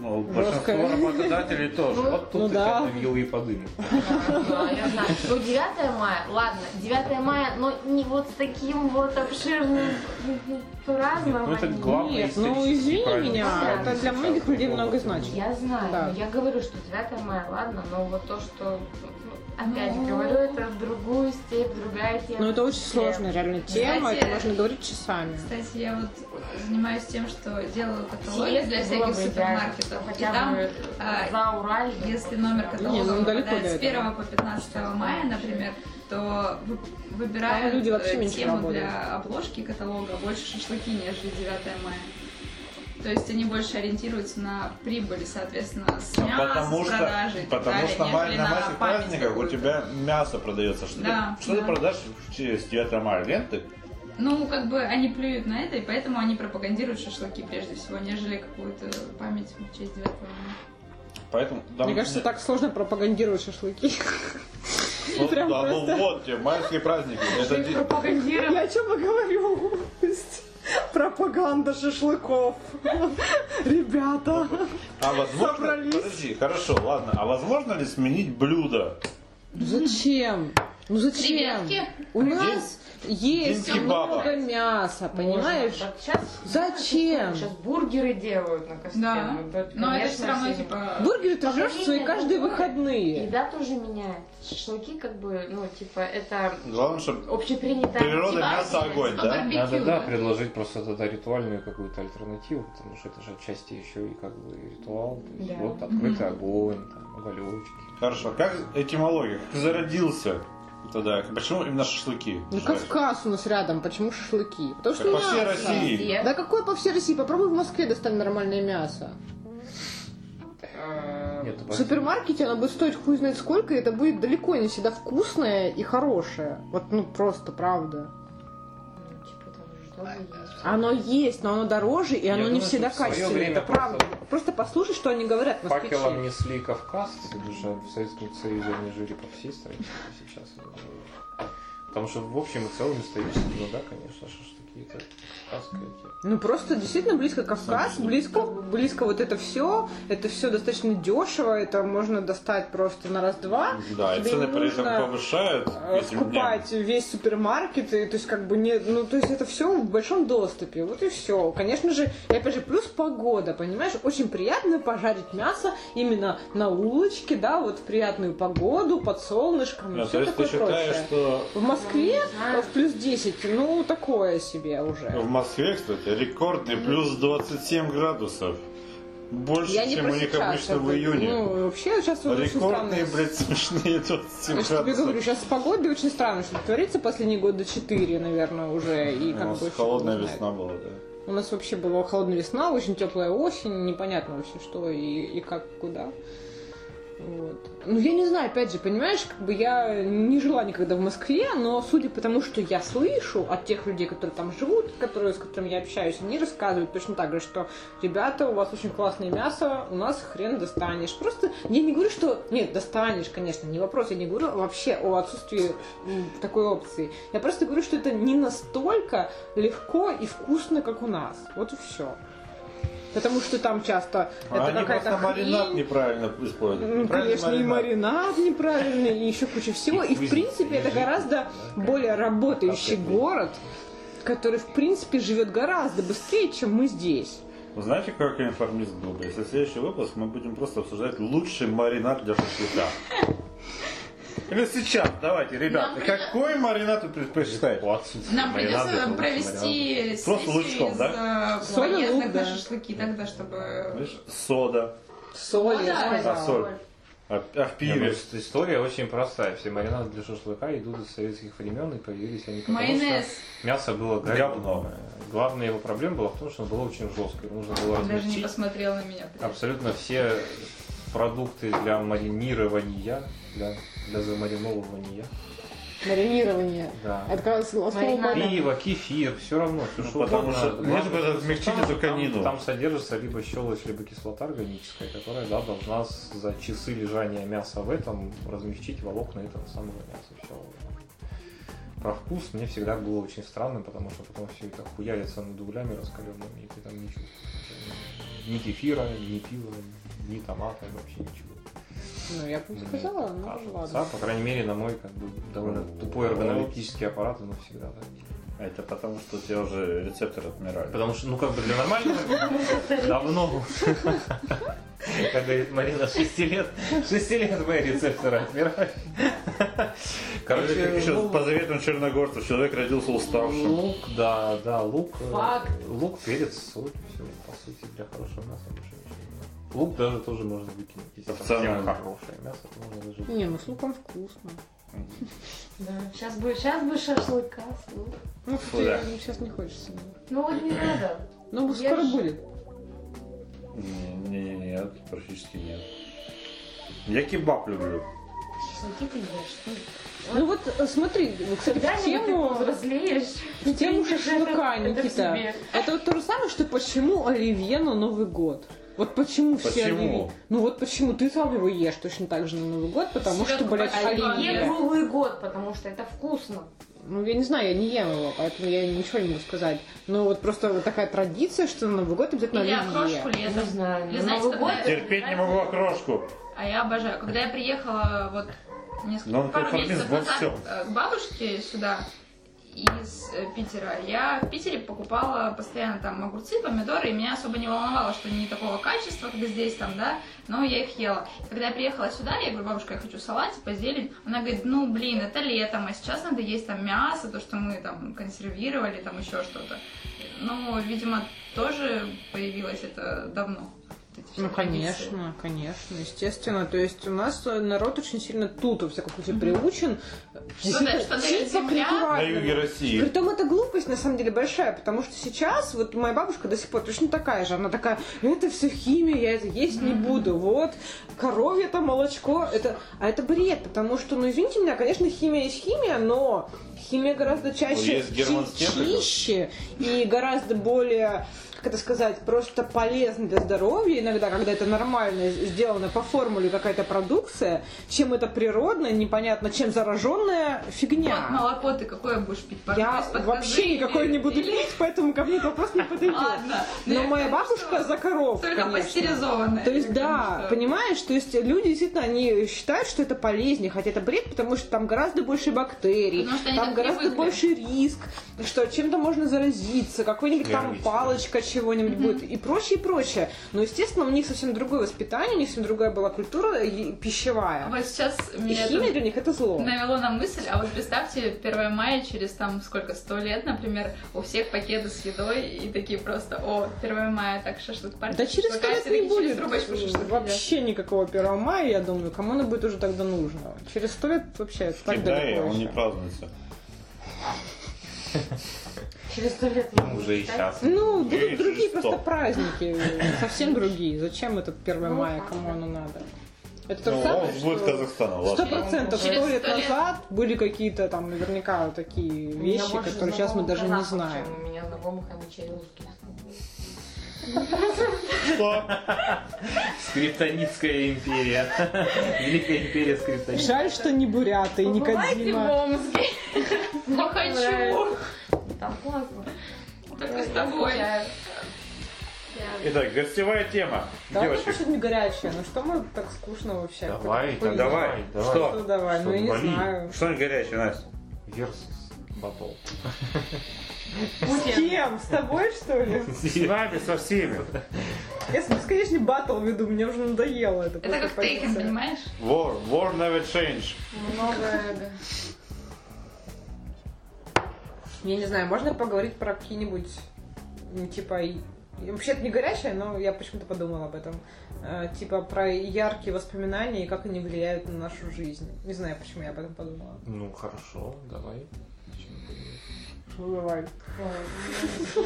Speaker 1: Ну,
Speaker 4: Жёстко.
Speaker 1: большинство работодателей тоже. Вот
Speaker 4: Ну
Speaker 2: Тут
Speaker 4: да.
Speaker 2: и вилы и подымут.
Speaker 3: Да, я знаю. Ну, 9 мая, ладно, 9 мая, но не вот с таким вот обширным разным.
Speaker 2: Ну, это главное.
Speaker 4: Нет, ну
Speaker 2: исторический
Speaker 4: извини
Speaker 2: праздник.
Speaker 4: меня,
Speaker 3: Правильно.
Speaker 4: это для многих людей много значит.
Speaker 3: Я знаю,
Speaker 4: Да.
Speaker 3: но я говорю, что 9 мая, ладно, но вот то, что, ну, опять говорю, это в другую степь, другая тема.
Speaker 4: Но Ну, это очень сложная реально тема,
Speaker 5: Кстати,
Speaker 4: это можно говорить часами.
Speaker 5: Кстати, я вот занимаюсь тем, что делаю каталоги
Speaker 3: Съезд
Speaker 5: для
Speaker 3: было
Speaker 5: всяких
Speaker 3: бы
Speaker 5: супермаркетов.
Speaker 3: идеально.
Speaker 5: И
Speaker 3: Хотя
Speaker 5: там,
Speaker 3: бы
Speaker 5: а,
Speaker 3: за Ураль.
Speaker 5: если номер
Speaker 4: Не, ну,
Speaker 5: каталога
Speaker 4: далеко
Speaker 5: выпадает
Speaker 4: до
Speaker 5: с
Speaker 4: этого.
Speaker 5: 1 по 15 мая, например, то вы- выбирают
Speaker 4: люди вообще
Speaker 5: э,
Speaker 4: меньше
Speaker 5: тему
Speaker 4: работают.
Speaker 5: для обложки каталога больше шашлыки, нежели 9 мая. То есть они больше ориентируются на прибыль, соответственно, с
Speaker 1: А
Speaker 5: мяса,
Speaker 1: потому
Speaker 5: с
Speaker 1: что,
Speaker 5: продажи и так
Speaker 1: потому
Speaker 5: далее,
Speaker 1: что на,
Speaker 5: нежели
Speaker 1: на
Speaker 5: на
Speaker 1: ваших
Speaker 5: память
Speaker 1: праздниках у
Speaker 5: какую-то.
Speaker 1: тебя мясо продается. Что,
Speaker 5: Да,
Speaker 1: ты, что ты
Speaker 5: да.
Speaker 1: продашь через 9 мая? Ленты?
Speaker 5: Ну, как бы они плюют на это, и поэтому они пропагандируют шашлыки прежде всего, нежели какую-то память в честь 9 мая.
Speaker 1: Поэтому... там-
Speaker 4: Мне кажется, так сложно пропагандировать шашлыки.
Speaker 1: Вот,
Speaker 4: прям
Speaker 1: да,
Speaker 4: просто.
Speaker 1: ну вот тебе, майские праздники. Это де-
Speaker 4: Я о чем и говорю? Пропаганда шашлыков. Ребята.
Speaker 1: А возможно...
Speaker 4: Собрались.
Speaker 1: Подожди, хорошо, ладно. А возможно ли сменить блюдо?
Speaker 4: Зачем? Ну зачем?
Speaker 5: Креветки?
Speaker 4: У нас есть
Speaker 1: день кебаба.
Speaker 4: много мяса, понимаешь?
Speaker 3: Сейчас,
Speaker 4: Зачем?
Speaker 3: Сейчас бургеры делают на Ну, костях.
Speaker 5: Да. Но это все равно, типа,
Speaker 4: Бургеры ты жрешь
Speaker 3: Поколение
Speaker 4: свои каждые
Speaker 3: другое.
Speaker 4: выходные.
Speaker 3: Еда тоже меняет. Шашлыки как бы, ну, типа, это
Speaker 1: Главное, чтобы
Speaker 3: общепринятая
Speaker 1: природа,
Speaker 3: мотивация.
Speaker 1: мясо, огонь, да?
Speaker 5: барбекю,
Speaker 2: Надо, да,
Speaker 5: да.
Speaker 2: предложить просто тогда ритуальную какую-то альтернативу, потому что это же отчасти еще и как бы ритуал. То есть
Speaker 3: Да.
Speaker 2: Вот открытый огонь, там, уголечки.
Speaker 1: Хорошо, как этимология? Как зародился тогда? Почему именно шашлыки?
Speaker 4: Ну Кавказ у нас рядом, почему шашлыки? Потому что
Speaker 1: Как по всей
Speaker 4: мясо.
Speaker 1: России.
Speaker 4: Да какое по всей России? Попробуй в Москве достать нормальное мясо.
Speaker 5: А,
Speaker 2: Нет,
Speaker 4: В
Speaker 2: обожди.
Speaker 4: супермаркете оно будет стоить хуй знает сколько, и это будет далеко не всегда вкусное и хорошее. Вот, ну, просто, правда.
Speaker 3: Ну, типа, там же тоже есть.
Speaker 4: Оно есть, но оно дороже, и
Speaker 2: Я
Speaker 4: оно не
Speaker 2: думаю,
Speaker 4: всегда
Speaker 2: что ну, в своё
Speaker 4: качественное.
Speaker 2: время
Speaker 4: Это правда.
Speaker 2: просто-
Speaker 4: Просто послушай, что они говорят, москвичи.
Speaker 2: Факелом несли кавказцы, даже в Советском Союзе они жили по всей стране, а сейчас. они живут. Потому что в общем и целом исторически, ну да, конечно, шашлыки это кавказская тема.
Speaker 4: Ну просто действительно близко Кавказ, близко, близко вот это все. Это все достаточно дешево, это можно достать просто на раз-два.
Speaker 1: Да, и
Speaker 4: Тебе
Speaker 1: цены
Speaker 4: не
Speaker 1: при этом
Speaker 4: нужно,
Speaker 1: повышают
Speaker 4: э,
Speaker 1: этим днем.
Speaker 4: Скупать весь супермаркет, и, то есть как бы нет, ну то есть это все в большом доступе, вот и все. Конечно же, и опять же, плюс погода, понимаешь, очень приятно пожарить мясо именно на улочке, да, вот в приятную погоду, под солнышком,
Speaker 1: Да, то
Speaker 4: все
Speaker 1: есть ты
Speaker 4: такое
Speaker 1: считаешь,
Speaker 4: прочее.
Speaker 1: что
Speaker 4: В Москве
Speaker 3: Ну, не знаю.
Speaker 4: э, в плюс 10, ну такое себе уже.
Speaker 1: в Москве, кстати, рекордный плюс 27 градусов. Больше,
Speaker 4: Я не
Speaker 1: чем
Speaker 4: про
Speaker 1: у них
Speaker 4: сейчас,
Speaker 1: обычно
Speaker 4: это,
Speaker 1: в июне.
Speaker 4: Ну, вообще сейчас вот очень странно.
Speaker 1: Рекордные, блядь, смешные 27
Speaker 4: Я же тебе говорю,
Speaker 1: градусов.
Speaker 4: сейчас с погодой очень странно, что творится последние года 4, наверное, уже. И
Speaker 1: У
Speaker 4: как
Speaker 1: нас
Speaker 4: бы
Speaker 1: холодная
Speaker 4: фиг его знает.
Speaker 1: весна была, да.
Speaker 4: У нас вообще была холодная весна, очень теплая осень, непонятно вообще что и, и как, куда. Вот. Ну, я не знаю, опять же, понимаешь, как бы я не жила никогда в Москве, но судя по тому, что я слышу от тех людей, которые там живут, которые, с которыми я общаюсь, они рассказывают точно так же, что ребята, у вас очень классное мясо, у нас хрен достанешь. Просто я не говорю, что... Нет, достанешь, конечно, не вопрос, я не говорю вообще о отсутствии м, такой опции. Я просто говорю, что это не настолько легко и вкусно, как у нас. Вот и все. Потому что там часто
Speaker 1: А
Speaker 4: это
Speaker 1: они
Speaker 4: какая-то
Speaker 1: просто маринад
Speaker 4: хрень.
Speaker 1: неправильно
Speaker 4: Ну,
Speaker 1: используют.
Speaker 4: Конечно, и
Speaker 1: Неправильный
Speaker 4: маринад неправильный, и еще куча всего.
Speaker 2: И
Speaker 4: И, в
Speaker 2: кузи-
Speaker 4: принципе, это
Speaker 2: кузи.
Speaker 4: гораздо более работающий
Speaker 2: Так,
Speaker 4: город, который, в принципе, живет гораздо быстрее, чем мы здесь.
Speaker 1: Вы Знаете, как я информист был бы? Если следующий выпуск, мы будем просто обсуждать лучший маринад для шашлыка. Или сейчас, давайте, ребята,
Speaker 5: Нам придё-
Speaker 1: какой маринад вы предпочитаете?
Speaker 5: Нам
Speaker 2: Маринад это
Speaker 5: придется
Speaker 2: лучший
Speaker 5: провести
Speaker 1: Просто лучком,
Speaker 5: сессию из э,
Speaker 4: Соль и лук,
Speaker 5: поездок
Speaker 4: да.
Speaker 5: на шашлыки тогда, чтобы...
Speaker 1: Видишь, Сода.
Speaker 4: Соль,
Speaker 5: Ну
Speaker 4: я
Speaker 5: да.
Speaker 4: сказала.
Speaker 1: А соль? А, а в
Speaker 2: Не, ну,
Speaker 1: пиве?
Speaker 2: с- история очень простая. Все маринады для шашлыка идут из советских времен и появились они потому,
Speaker 5: Майонез.
Speaker 2: что мясо было
Speaker 1: Говно.
Speaker 2: говно. Главная его проблема была в том, что оно было очень жесткое. Нужно было
Speaker 5: Даже не
Speaker 2: размельчить
Speaker 5: посмотрел на меня.
Speaker 2: абсолютно все продукты для маринирования, для, для замариновывания.
Speaker 4: Маринирование.
Speaker 2: Да.
Speaker 4: Это как раз слово
Speaker 3: Маринад.
Speaker 4: «маринад».
Speaker 2: Пиво, кефир, все равно, все
Speaker 1: Ну,
Speaker 2: что
Speaker 1: потому
Speaker 2: угодно.
Speaker 1: что лишь бы
Speaker 2: Главное, что
Speaker 1: размягчить
Speaker 2: там-
Speaker 1: эту конину.
Speaker 2: Там, там содержится либо щелочь, либо кислота органическая, которая да, должна с- за часы лежания мяса в этом размягчить волокна этого самого мяса. Всё. Про вкус мне всегда было очень странным, потому что потом все это хуярится над углями раскаленными, и ты там не чувствуешь. Ни кефира, ни пива, ни томата, вообще ничего.
Speaker 4: Ну, я бы не сказала, ну
Speaker 2: Кажется,
Speaker 4: ладно.
Speaker 2: По крайней мере, на мой как бы довольно
Speaker 1: Ну,
Speaker 2: тупой эргонометический аппарат, но всегда так.
Speaker 1: Это потому, что у тебя уже рецепторы отмирали.
Speaker 2: Потому что, ну, как бы для нормального давно. Как говорит Марина, 6 лет, 6 лет мои рецепторы отмирают.
Speaker 1: Короче, как
Speaker 2: Короче,
Speaker 1: еще
Speaker 2: ну,
Speaker 1: по заветам черногорцев человек родился уставшим.
Speaker 2: лук, да, да, лук, э,
Speaker 3: Факт.
Speaker 2: лук, перец, соль, все, по сути, для хорошего мяса больше ничего не надо. Лук даже тоже можно выкинуть, если
Speaker 1: В
Speaker 2: совсем
Speaker 1: целом.
Speaker 2: хорошее мясо, то можно даже
Speaker 4: Не, ну с луком вкусно. ну,
Speaker 3: Да, сейчас бы, сейчас бы шашлыка. слушай.
Speaker 4: Ну,
Speaker 1: Фу, да.
Speaker 4: сейчас не хочется.
Speaker 3: Ну вот не надо.
Speaker 4: Ну,
Speaker 3: Я
Speaker 4: скоро
Speaker 3: ж-
Speaker 4: будет.
Speaker 1: Не, не, нет, практически нет. Я кебаб люблю.
Speaker 3: Шашлыки ты ешь. ты.
Speaker 4: Ну вот, э, смотри, ну, кстати, в
Speaker 3: Когда-нибудь ты
Speaker 4: тему...
Speaker 3: повзрослеешь.
Speaker 4: В тему
Speaker 3: Ты
Speaker 4: шашлыка,
Speaker 3: это в
Speaker 4: Никита.
Speaker 3: себе.
Speaker 4: Это вот то же самое, что почему оливье на Новый год? Вот почему, все
Speaker 1: Почему?
Speaker 4: оливье? Ну вот почему ты сам его ешь точно так же на Новый год, потому
Speaker 5: Селёдку
Speaker 4: что, блядь,
Speaker 5: почти
Speaker 4: оливье.
Speaker 3: Оливье
Speaker 5: Оливье.
Speaker 3: круглый год, потому что это вкусно.
Speaker 4: Ну я не знаю, я не ем его, поэтому я ничего не могу сказать. Но вот просто вот такая традиция, что на Новый год
Speaker 1: А
Speaker 4: обязательно
Speaker 5: Или окрошку
Speaker 4: оливье.
Speaker 3: Я
Speaker 5: летом.
Speaker 3: не знаю.
Speaker 5: Или
Speaker 3: на
Speaker 5: знаете,
Speaker 3: Новый
Speaker 5: когда
Speaker 3: год
Speaker 5: я-
Speaker 1: Терпеть не могу окрошку.
Speaker 5: А я обожаю. Когда я приехала вот несколько
Speaker 1: Но он
Speaker 5: пару месяцев
Speaker 1: конформист во
Speaker 5: назад
Speaker 1: всём.
Speaker 5: э, к бабушке сюда из э, Питера, я в Питере покупала постоянно там огурцы, помидоры, и меня особо не волновало, что они не такого качества, как здесь там, да, но я их ела. Когда я приехала сюда, я говорю, бабушка, я хочу салат, типа зелень. Она говорит, ну, блин, это летом, а сейчас надо есть там мясо, то, что мы там консервировали, там еще что-то. Ну, видимо, тоже появилось это давно. вот эти все
Speaker 4: Ну,
Speaker 5: традиции.
Speaker 4: конечно, конечно, естественно. То есть у нас э, народ очень сильно тут, во всяком случае, приучен. действительно,
Speaker 5: что-то
Speaker 4: учиться
Speaker 5: земля.
Speaker 1: На
Speaker 4: культурально.
Speaker 1: юге России.
Speaker 4: Притом это глупость, на самом деле, большая, потому что сейчас, вот моя бабушка до сих пор точно такая же, она такая, это все химия, я это есть не буду, вот, коровье это молочко, это... А это бред, потому что, ну, извините меня, конечно, химия есть химия, но химия гораздо чаще
Speaker 1: есть германские
Speaker 4: чи- чище и гораздо более как это сказать, просто полезно для здоровья иногда, когда это нормально сделано по формуле какая-то продукция, чем это природная, непонятно, чем зараженная фигня.
Speaker 5: Вот молоко ты какое будешь пить? По-
Speaker 4: Я
Speaker 5: из-под козы
Speaker 4: вообще никакой не буду
Speaker 5: или-
Speaker 4: пить, поэтому ко мне этот вопрос не подойдет.
Speaker 5: Ладно.
Speaker 4: Но моя бабушка
Speaker 5: бабушка
Speaker 4: за коров,
Speaker 5: Только
Speaker 4: конечно.
Speaker 5: пастеризованное.
Speaker 4: То есть,
Speaker 5: я
Speaker 4: да,
Speaker 5: думаю, что-
Speaker 4: понимаешь, то есть люди действительно, они считают, что это полезнее, хотя это бред, потому что там гораздо больше бактерий,
Speaker 5: Потому что они
Speaker 4: там
Speaker 5: так
Speaker 4: гораздо
Speaker 5: привыкли.
Speaker 4: больше риск, что чем-то можно заразиться, какой-нибудь там
Speaker 2: Нервничать.
Speaker 4: палочка чего-нибудь будет и прочее, и прочее. Но, естественно, у них совсем другое воспитание, у них совсем другая была культура и- пищевая.
Speaker 5: А Вот сейчас
Speaker 4: И
Speaker 5: меня
Speaker 4: химия
Speaker 5: это
Speaker 4: для них это зло.
Speaker 5: навело на мысль, а вот представьте 1 мая через там сколько, сто лет, например, у всех пакеты с едой и такие просто, о, 1 мая, так шашлык парк.
Speaker 4: А Да через
Speaker 5: шашлыка,
Speaker 4: сто лет
Speaker 5: все
Speaker 4: не
Speaker 5: такие через
Speaker 4: будет
Speaker 5: трубочку шашлык едят.
Speaker 4: вообще никакого 1 мая, я думаю. Кому оно будет уже тогда нужно? Через сто лет вообще это
Speaker 1: В
Speaker 4: так
Speaker 1: Китае
Speaker 4: далеко
Speaker 1: он не
Speaker 4: еще.
Speaker 1: празднуется.
Speaker 3: Через сто лет.
Speaker 2: Уже и сейчас.
Speaker 4: Ну,
Speaker 1: Я
Speaker 4: будут
Speaker 1: и
Speaker 4: другие
Speaker 1: через
Speaker 4: просто
Speaker 1: сто.
Speaker 4: праздники, совсем другие. Зачем это 1
Speaker 3: Ну,
Speaker 4: мая,
Speaker 3: ладно.
Speaker 4: кому оно надо? Это то же
Speaker 1: Ну,
Speaker 4: самое,
Speaker 1: он будет
Speaker 4: что-
Speaker 1: Казахстана,
Speaker 4: Сто
Speaker 1: ладно.
Speaker 4: процентов
Speaker 5: Через
Speaker 4: сто лет
Speaker 5: сто лет.
Speaker 4: назад были какие-то там наверняка такие
Speaker 3: У меня
Speaker 4: вещи,
Speaker 3: больше
Speaker 4: которые сейчас мы
Speaker 3: знакомых
Speaker 4: даже не
Speaker 3: казахов,
Speaker 4: знаем.
Speaker 3: чем У меня знакомых они чай русских.
Speaker 1: Что?
Speaker 2: Скриптонитская империя. Великая империя скриптонитская.
Speaker 4: Жаль, что не буряты и не
Speaker 3: Бывайте в
Speaker 4: Кадима.
Speaker 3: Омске.
Speaker 5: Ну хочу.
Speaker 3: Там классно.
Speaker 5: Только с тобой.
Speaker 1: Итак, гостевая тема.
Speaker 4: Давай
Speaker 1: Девочки,
Speaker 4: что-нибудь горячее. Ну что мы так скучно вообще?
Speaker 2: Давай,
Speaker 4: Какой-то хуй.
Speaker 1: давай.
Speaker 2: Давай.
Speaker 4: Ну
Speaker 1: Что?
Speaker 4: давай, ну я не
Speaker 2: Что, вали.
Speaker 4: знаю.
Speaker 1: Что-нибудь горячее, Настя?
Speaker 2: Версус батл.
Speaker 4: С кем? С тобой, что ли?
Speaker 1: С нами, со всеми.
Speaker 4: Я, с- конечно, батл веду, мне уже надоело это.
Speaker 5: Это как тейкен, понимаешь?
Speaker 1: War, war never change.
Speaker 3: Много эго.
Speaker 4: Я не знаю, можно поговорить про какие-нибудь, ну, типа, и- и вообще это не горячее, но я почему-то подумала об этом. Э, типа про яркие воспоминания и как они влияют на нашу жизнь. Не знаю, почему я об этом подумала.
Speaker 2: Ну хорошо, давай. Почему бы и нет?
Speaker 4: Ну, давай.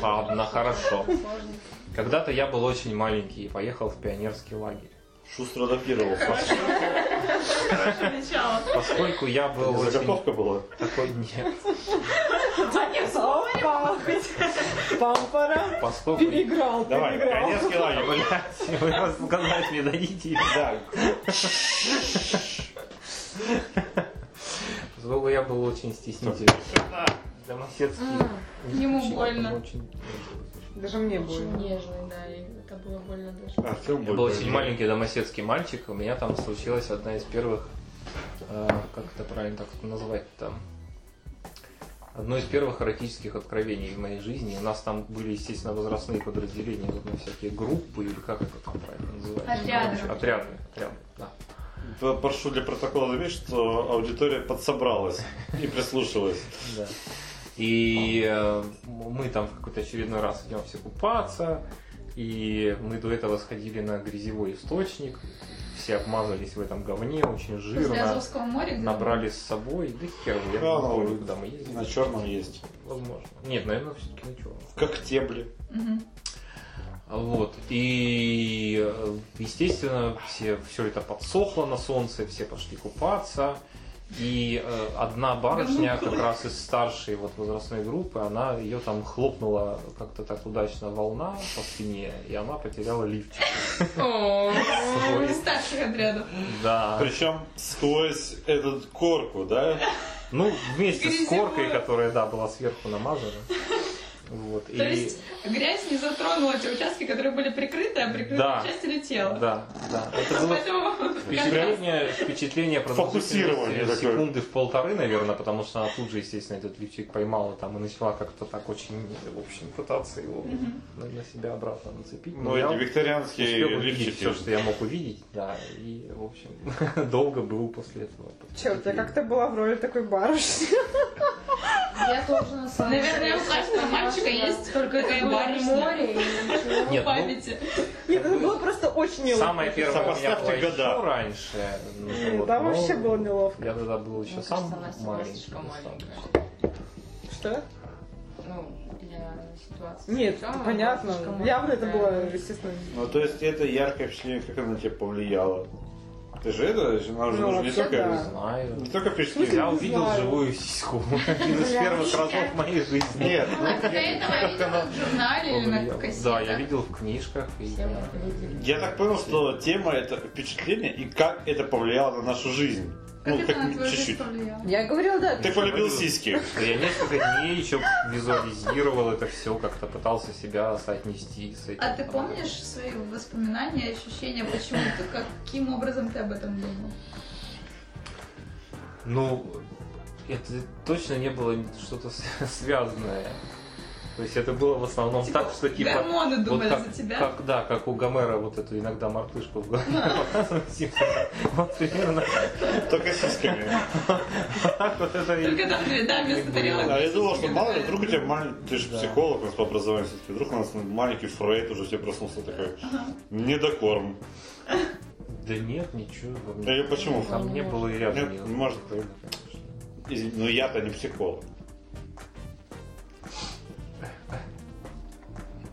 Speaker 2: Ладно, хорошо.
Speaker 3: Сложно.
Speaker 2: Когда-то я был очень маленький и поехал в пионерский лагерь.
Speaker 1: Шустро адаптировал.
Speaker 5: Сначала.
Speaker 2: Поскольку я был очень
Speaker 1: Заготовка была.
Speaker 2: такой нет.
Speaker 4: Опа! Пам-парам!
Speaker 2: Поскольку
Speaker 4: Переиграл,
Speaker 1: Давай,
Speaker 4: переиграл.
Speaker 1: пионерский лагерь.
Speaker 2: Блять, вы его сказать мне дадите.
Speaker 1: Да.
Speaker 2: Поскольку я был очень стеснительный.
Speaker 3: А,
Speaker 2: Домоседский. не
Speaker 5: А, Ему
Speaker 2: включил,
Speaker 5: больно.
Speaker 2: он очень- Я
Speaker 4: Даже мне
Speaker 3: Очень
Speaker 4: больно.
Speaker 3: нежный, да, и это было больно даже.
Speaker 2: А,
Speaker 1: Артем
Speaker 2: был очень маленький домоседский мальчик, у меня там случилась одна из первых, э, как это правильно так назвать там, одно из первых эротических откровений в моей жизни. У нас там были, естественно, возрастные подразделения, вот, ну, всякие группы или как это там правильно называется.
Speaker 5: Отряды.
Speaker 2: Короче, Отряды, отряды, да.
Speaker 1: Да, Прошу для протокола заметить, что аудитория подсобралась и прислушалась.
Speaker 2: Да. И э, мы там в какой-то очередной раз идем все купаться, и мы до этого сходили на грязевой источник, все обмазались в этом говне, очень
Speaker 5: После
Speaker 2: жирно,
Speaker 5: Азовского моря. где-
Speaker 2: набрали с собой, да хер, я
Speaker 1: Да,
Speaker 2: не помню,
Speaker 1: ну,
Speaker 2: куда мы ездили.
Speaker 1: На черном есть.
Speaker 2: Возможно. Нет, наверное, все-таки на черном.
Speaker 1: Как тебли.
Speaker 5: Мгм.
Speaker 2: А Вот. И, э, естественно, все, все это подсохло на солнце, все пошли купаться. И э, одна
Speaker 5: ну
Speaker 2: барышня, как раз из старшей вот, возрастной группы, она ее там хлопнула как-то так удачно волна по спине, и она потеряла лифчик.
Speaker 5: Из старших отрядов.
Speaker 2: Да.
Speaker 1: Причем сквозь этот корку, да?
Speaker 2: Ну, вместе с
Speaker 5: Грязевое.
Speaker 2: коркой, которая, да, была сверху намазана. Вот.
Speaker 5: То есть грязь не затронула те участки, которые были прикрыты, а
Speaker 2: Да.
Speaker 5: прикрытая часть летела.
Speaker 2: Да, да. Это
Speaker 5: А
Speaker 2: было
Speaker 5: Поэтому
Speaker 2: Впечатление, впечатление
Speaker 1: Фокусирование
Speaker 2: продолжительности
Speaker 1: такое.
Speaker 2: секунды в полторы, наверное, потому что она тут же, естественно, этот лифчик поймала там и начала как-то так очень, в общем, пытаться его на, на себя обратно нацепить. Но
Speaker 1: Ну,
Speaker 2: я
Speaker 1: эти викторианские
Speaker 2: успел увидеть
Speaker 1: лифчики.
Speaker 2: все, что я мог увидеть, да, и, в общем, долго был после этого.
Speaker 4: Черт, я как-то была в роли такой барышни.
Speaker 3: Я тоже на самом
Speaker 5: Наверное, у каждого мальчика есть только эта барышня
Speaker 3: море и ничего.
Speaker 5: в
Speaker 2: Нет, ну,
Speaker 5: памяти.
Speaker 4: Нет, это было просто очень неловко.
Speaker 2: самое первое у меня было
Speaker 1: Сопоставьте года.
Speaker 2: еще раньше. ну, вот,
Speaker 4: Там
Speaker 2: но
Speaker 4: вообще было неловко.
Speaker 2: Я тогда был еще
Speaker 3: Мне
Speaker 2: сам
Speaker 3: кажется, она сама
Speaker 2: маленький.
Speaker 3: слишком
Speaker 2: достаточно.
Speaker 3: маленькая.
Speaker 4: Что?
Speaker 3: Ну, для ситуации.
Speaker 4: Нет,
Speaker 3: Да, она
Speaker 4: понятно.
Speaker 3: слишком
Speaker 4: Явно это
Speaker 3: маленькая.
Speaker 4: было, естественно,
Speaker 1: Ну, то есть это яркое впечатление, как оно на тебя повлияло. Ты же это, она уже
Speaker 4: Ну,
Speaker 1: нужно не
Speaker 4: вообще
Speaker 1: только,
Speaker 4: да.
Speaker 2: Не знаю.
Speaker 1: не только
Speaker 2: Я
Speaker 1: впечатление.
Speaker 4: не
Speaker 2: увидел
Speaker 4: знаю.
Speaker 2: живую сиську. Один из первых разов в моей жизни.
Speaker 1: Нет,
Speaker 5: А до
Speaker 1: ну,
Speaker 5: этого я видела в журнале или на кассетах.
Speaker 2: Да, я видел в книжках. и
Speaker 3: Все
Speaker 2: я-
Speaker 3: мы видели.
Speaker 1: я так понял, что тема это впечатление и как это повлияло на нашу жизнь.
Speaker 5: Как
Speaker 1: ну,
Speaker 5: это на
Speaker 1: так
Speaker 5: твою жизнь
Speaker 1: чуть-чуть.
Speaker 5: повлияло?
Speaker 4: Я говорила, да.
Speaker 1: Ты полюбил сиськи.
Speaker 2: что Я несколько дней еще визуализировал это все, как-то пытался себя соотнести с этим.
Speaker 5: А ты помнишь свои воспоминания, ощущения, почему ты, каким образом ты об этом думал?
Speaker 2: Ну, это точно не было что-то с- связанное. То есть это было в основном
Speaker 5: Типа,
Speaker 2: так, что типа...
Speaker 5: Гормоны думали
Speaker 2: как,
Speaker 5: за тебя.
Speaker 2: как- да, как у Гомера вот эту иногда мартышку в голове показывают, типа, Вот примерно
Speaker 1: Только сиськами.
Speaker 2: так вот это и...
Speaker 5: Только там, да, вместо тарелок.
Speaker 1: А я думал, что
Speaker 5: сосиски,
Speaker 1: мало
Speaker 5: да.
Speaker 1: ли, вдруг у тебя маленький... Ты же
Speaker 2: Да.
Speaker 1: психолог у нас по образованию все-таки. Вдруг у нас маленький Фрейд уже все проснулся такой.
Speaker 5: Ага.
Speaker 1: Недокорм.
Speaker 2: Да нет, ничего.
Speaker 1: Да я почему?
Speaker 2: Там не было и рядом.
Speaker 1: Нет,
Speaker 2: её.
Speaker 1: не Ну, может быть. Извини, Ну я-то не психолог.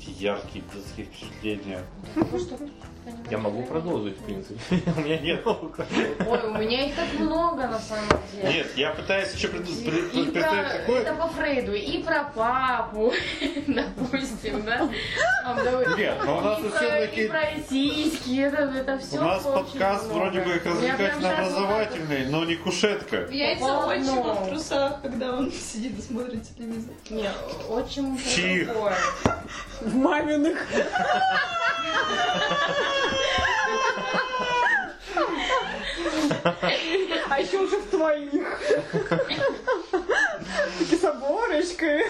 Speaker 1: Эти яркие детские впечатления.
Speaker 3: Ну что, никто не
Speaker 2: Я могу продолжить, в принципе. У меня нет лука.
Speaker 3: Ой, у меня их так много на самом деле.
Speaker 1: Нет, я пытаюсь еще
Speaker 3: И
Speaker 1: придумать
Speaker 3: про- это
Speaker 1: такое.
Speaker 3: по Фрейду, и про папу, допустим, да? Там, да,
Speaker 1: Нет, но у нас
Speaker 3: и,
Speaker 1: тут
Speaker 3: про, и
Speaker 1: все-таки...
Speaker 3: про российские, это, это все
Speaker 1: У нас подкаст вроде бы развлекательно-образовательный, но не кушетка.
Speaker 5: Яйца
Speaker 3: Попало
Speaker 5: отчима
Speaker 3: одно.
Speaker 5: в трусах, когда он сидит и смотрит телевизор.
Speaker 3: Нет, отчим про
Speaker 1: Чих.
Speaker 3: другое.
Speaker 4: В маминых. А еще уже в твоих. Таки с оборочкой.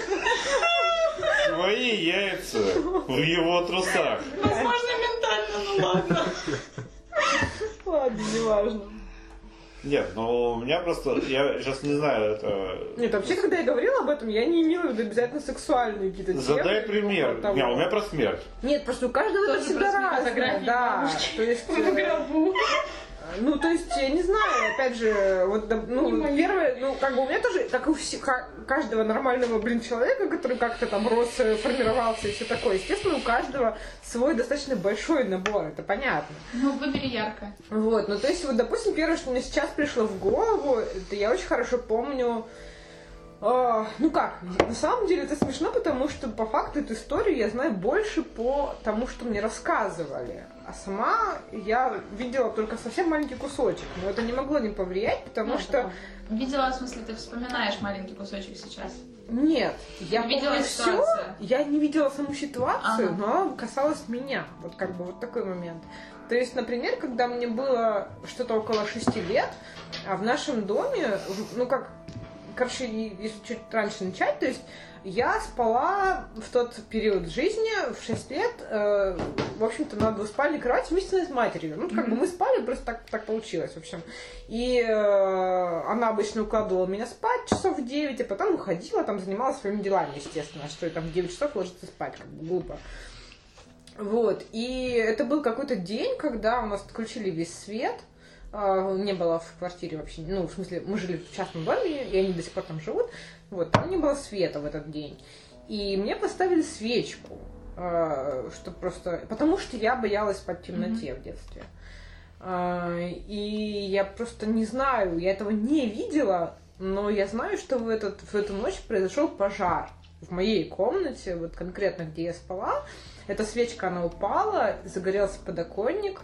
Speaker 1: Твои яйца в его трусах.
Speaker 5: Возможно, ментально, ну ладно.
Speaker 4: Ладно, неважно.
Speaker 1: Нет, ну у меня просто, я сейчас не знаю, это...
Speaker 4: Нет, вообще, когда я говорила об этом, я не имела в виду обязательно сексуальные какие-то темы.
Speaker 1: Задай пример.
Speaker 4: Вот того.
Speaker 1: Не, у меня про смерть.
Speaker 4: Нет, просто у каждого это
Speaker 3: Тоже
Speaker 4: всегда
Speaker 3: просто
Speaker 4: разное.
Speaker 3: фотографии
Speaker 4: Да, то есть... э,
Speaker 3: гробу.
Speaker 4: Ну, то есть, я не знаю, опять же, вот, да,
Speaker 3: Не
Speaker 4: ну,
Speaker 3: мои.
Speaker 4: первое, ну, как бы у меня тоже, как и у вс- ка- каждого нормального, блин, человека, который как-то там рос, э, формировался и все такое, естественно, у каждого свой достаточно большой набор, это понятно.
Speaker 5: Ну, выбери ярко.
Speaker 4: Вот, ну, то есть, вот, допустим, первое, что мне сейчас пришло в голову, это я очень хорошо помню, а, ну как, на самом деле это смешно, потому что по факту эту историю я знаю больше по тому, что мне рассказывали. А сама я видела только совсем маленький кусочек. Но это не могло не повлиять, потому
Speaker 5: Ну,
Speaker 4: что...
Speaker 5: Видела, в смысле, ты вспоминаешь маленький кусочек сейчас.
Speaker 4: Нет, я
Speaker 5: Видела
Speaker 4: помню все,
Speaker 5: ситуацию.
Speaker 4: я не видела саму ситуацию,
Speaker 5: Ага.
Speaker 4: но она касалась меня. Вот как бы вот такой момент. То есть, например, когда мне было что-то около шести лет, а в нашем доме, в- ну как, короче, и- если чуть раньше начать, то есть я спала в тот период жизни, в 6 лет, э, в общем-то, на двуспальной кровати вместе с матерью. Ну, как бы мы спали, просто так, так получилось, в общем. И э, она обычно укладывала меня спать часов в 9, а потом уходила, там занималась своими делами, естественно, что и там в 9 часов ложится спать, как бы глупо. Вот, и это был какой-то день, когда у нас отключили весь свет, а, не было в квартире вообще, ну, в смысле, мы жили в частном доме, и они до сих пор там живут, вот, там не было света в этот день. И мне поставили свечку, что просто... Потому что я боялась спать в темноте в детстве. А, И я просто не знаю, я этого не видела, но я знаю, что в, этот, в эту ночь произошел пожар в моей комнате, вот конкретно, где я спала. Эта свечка, она упала, загорелся подоконник,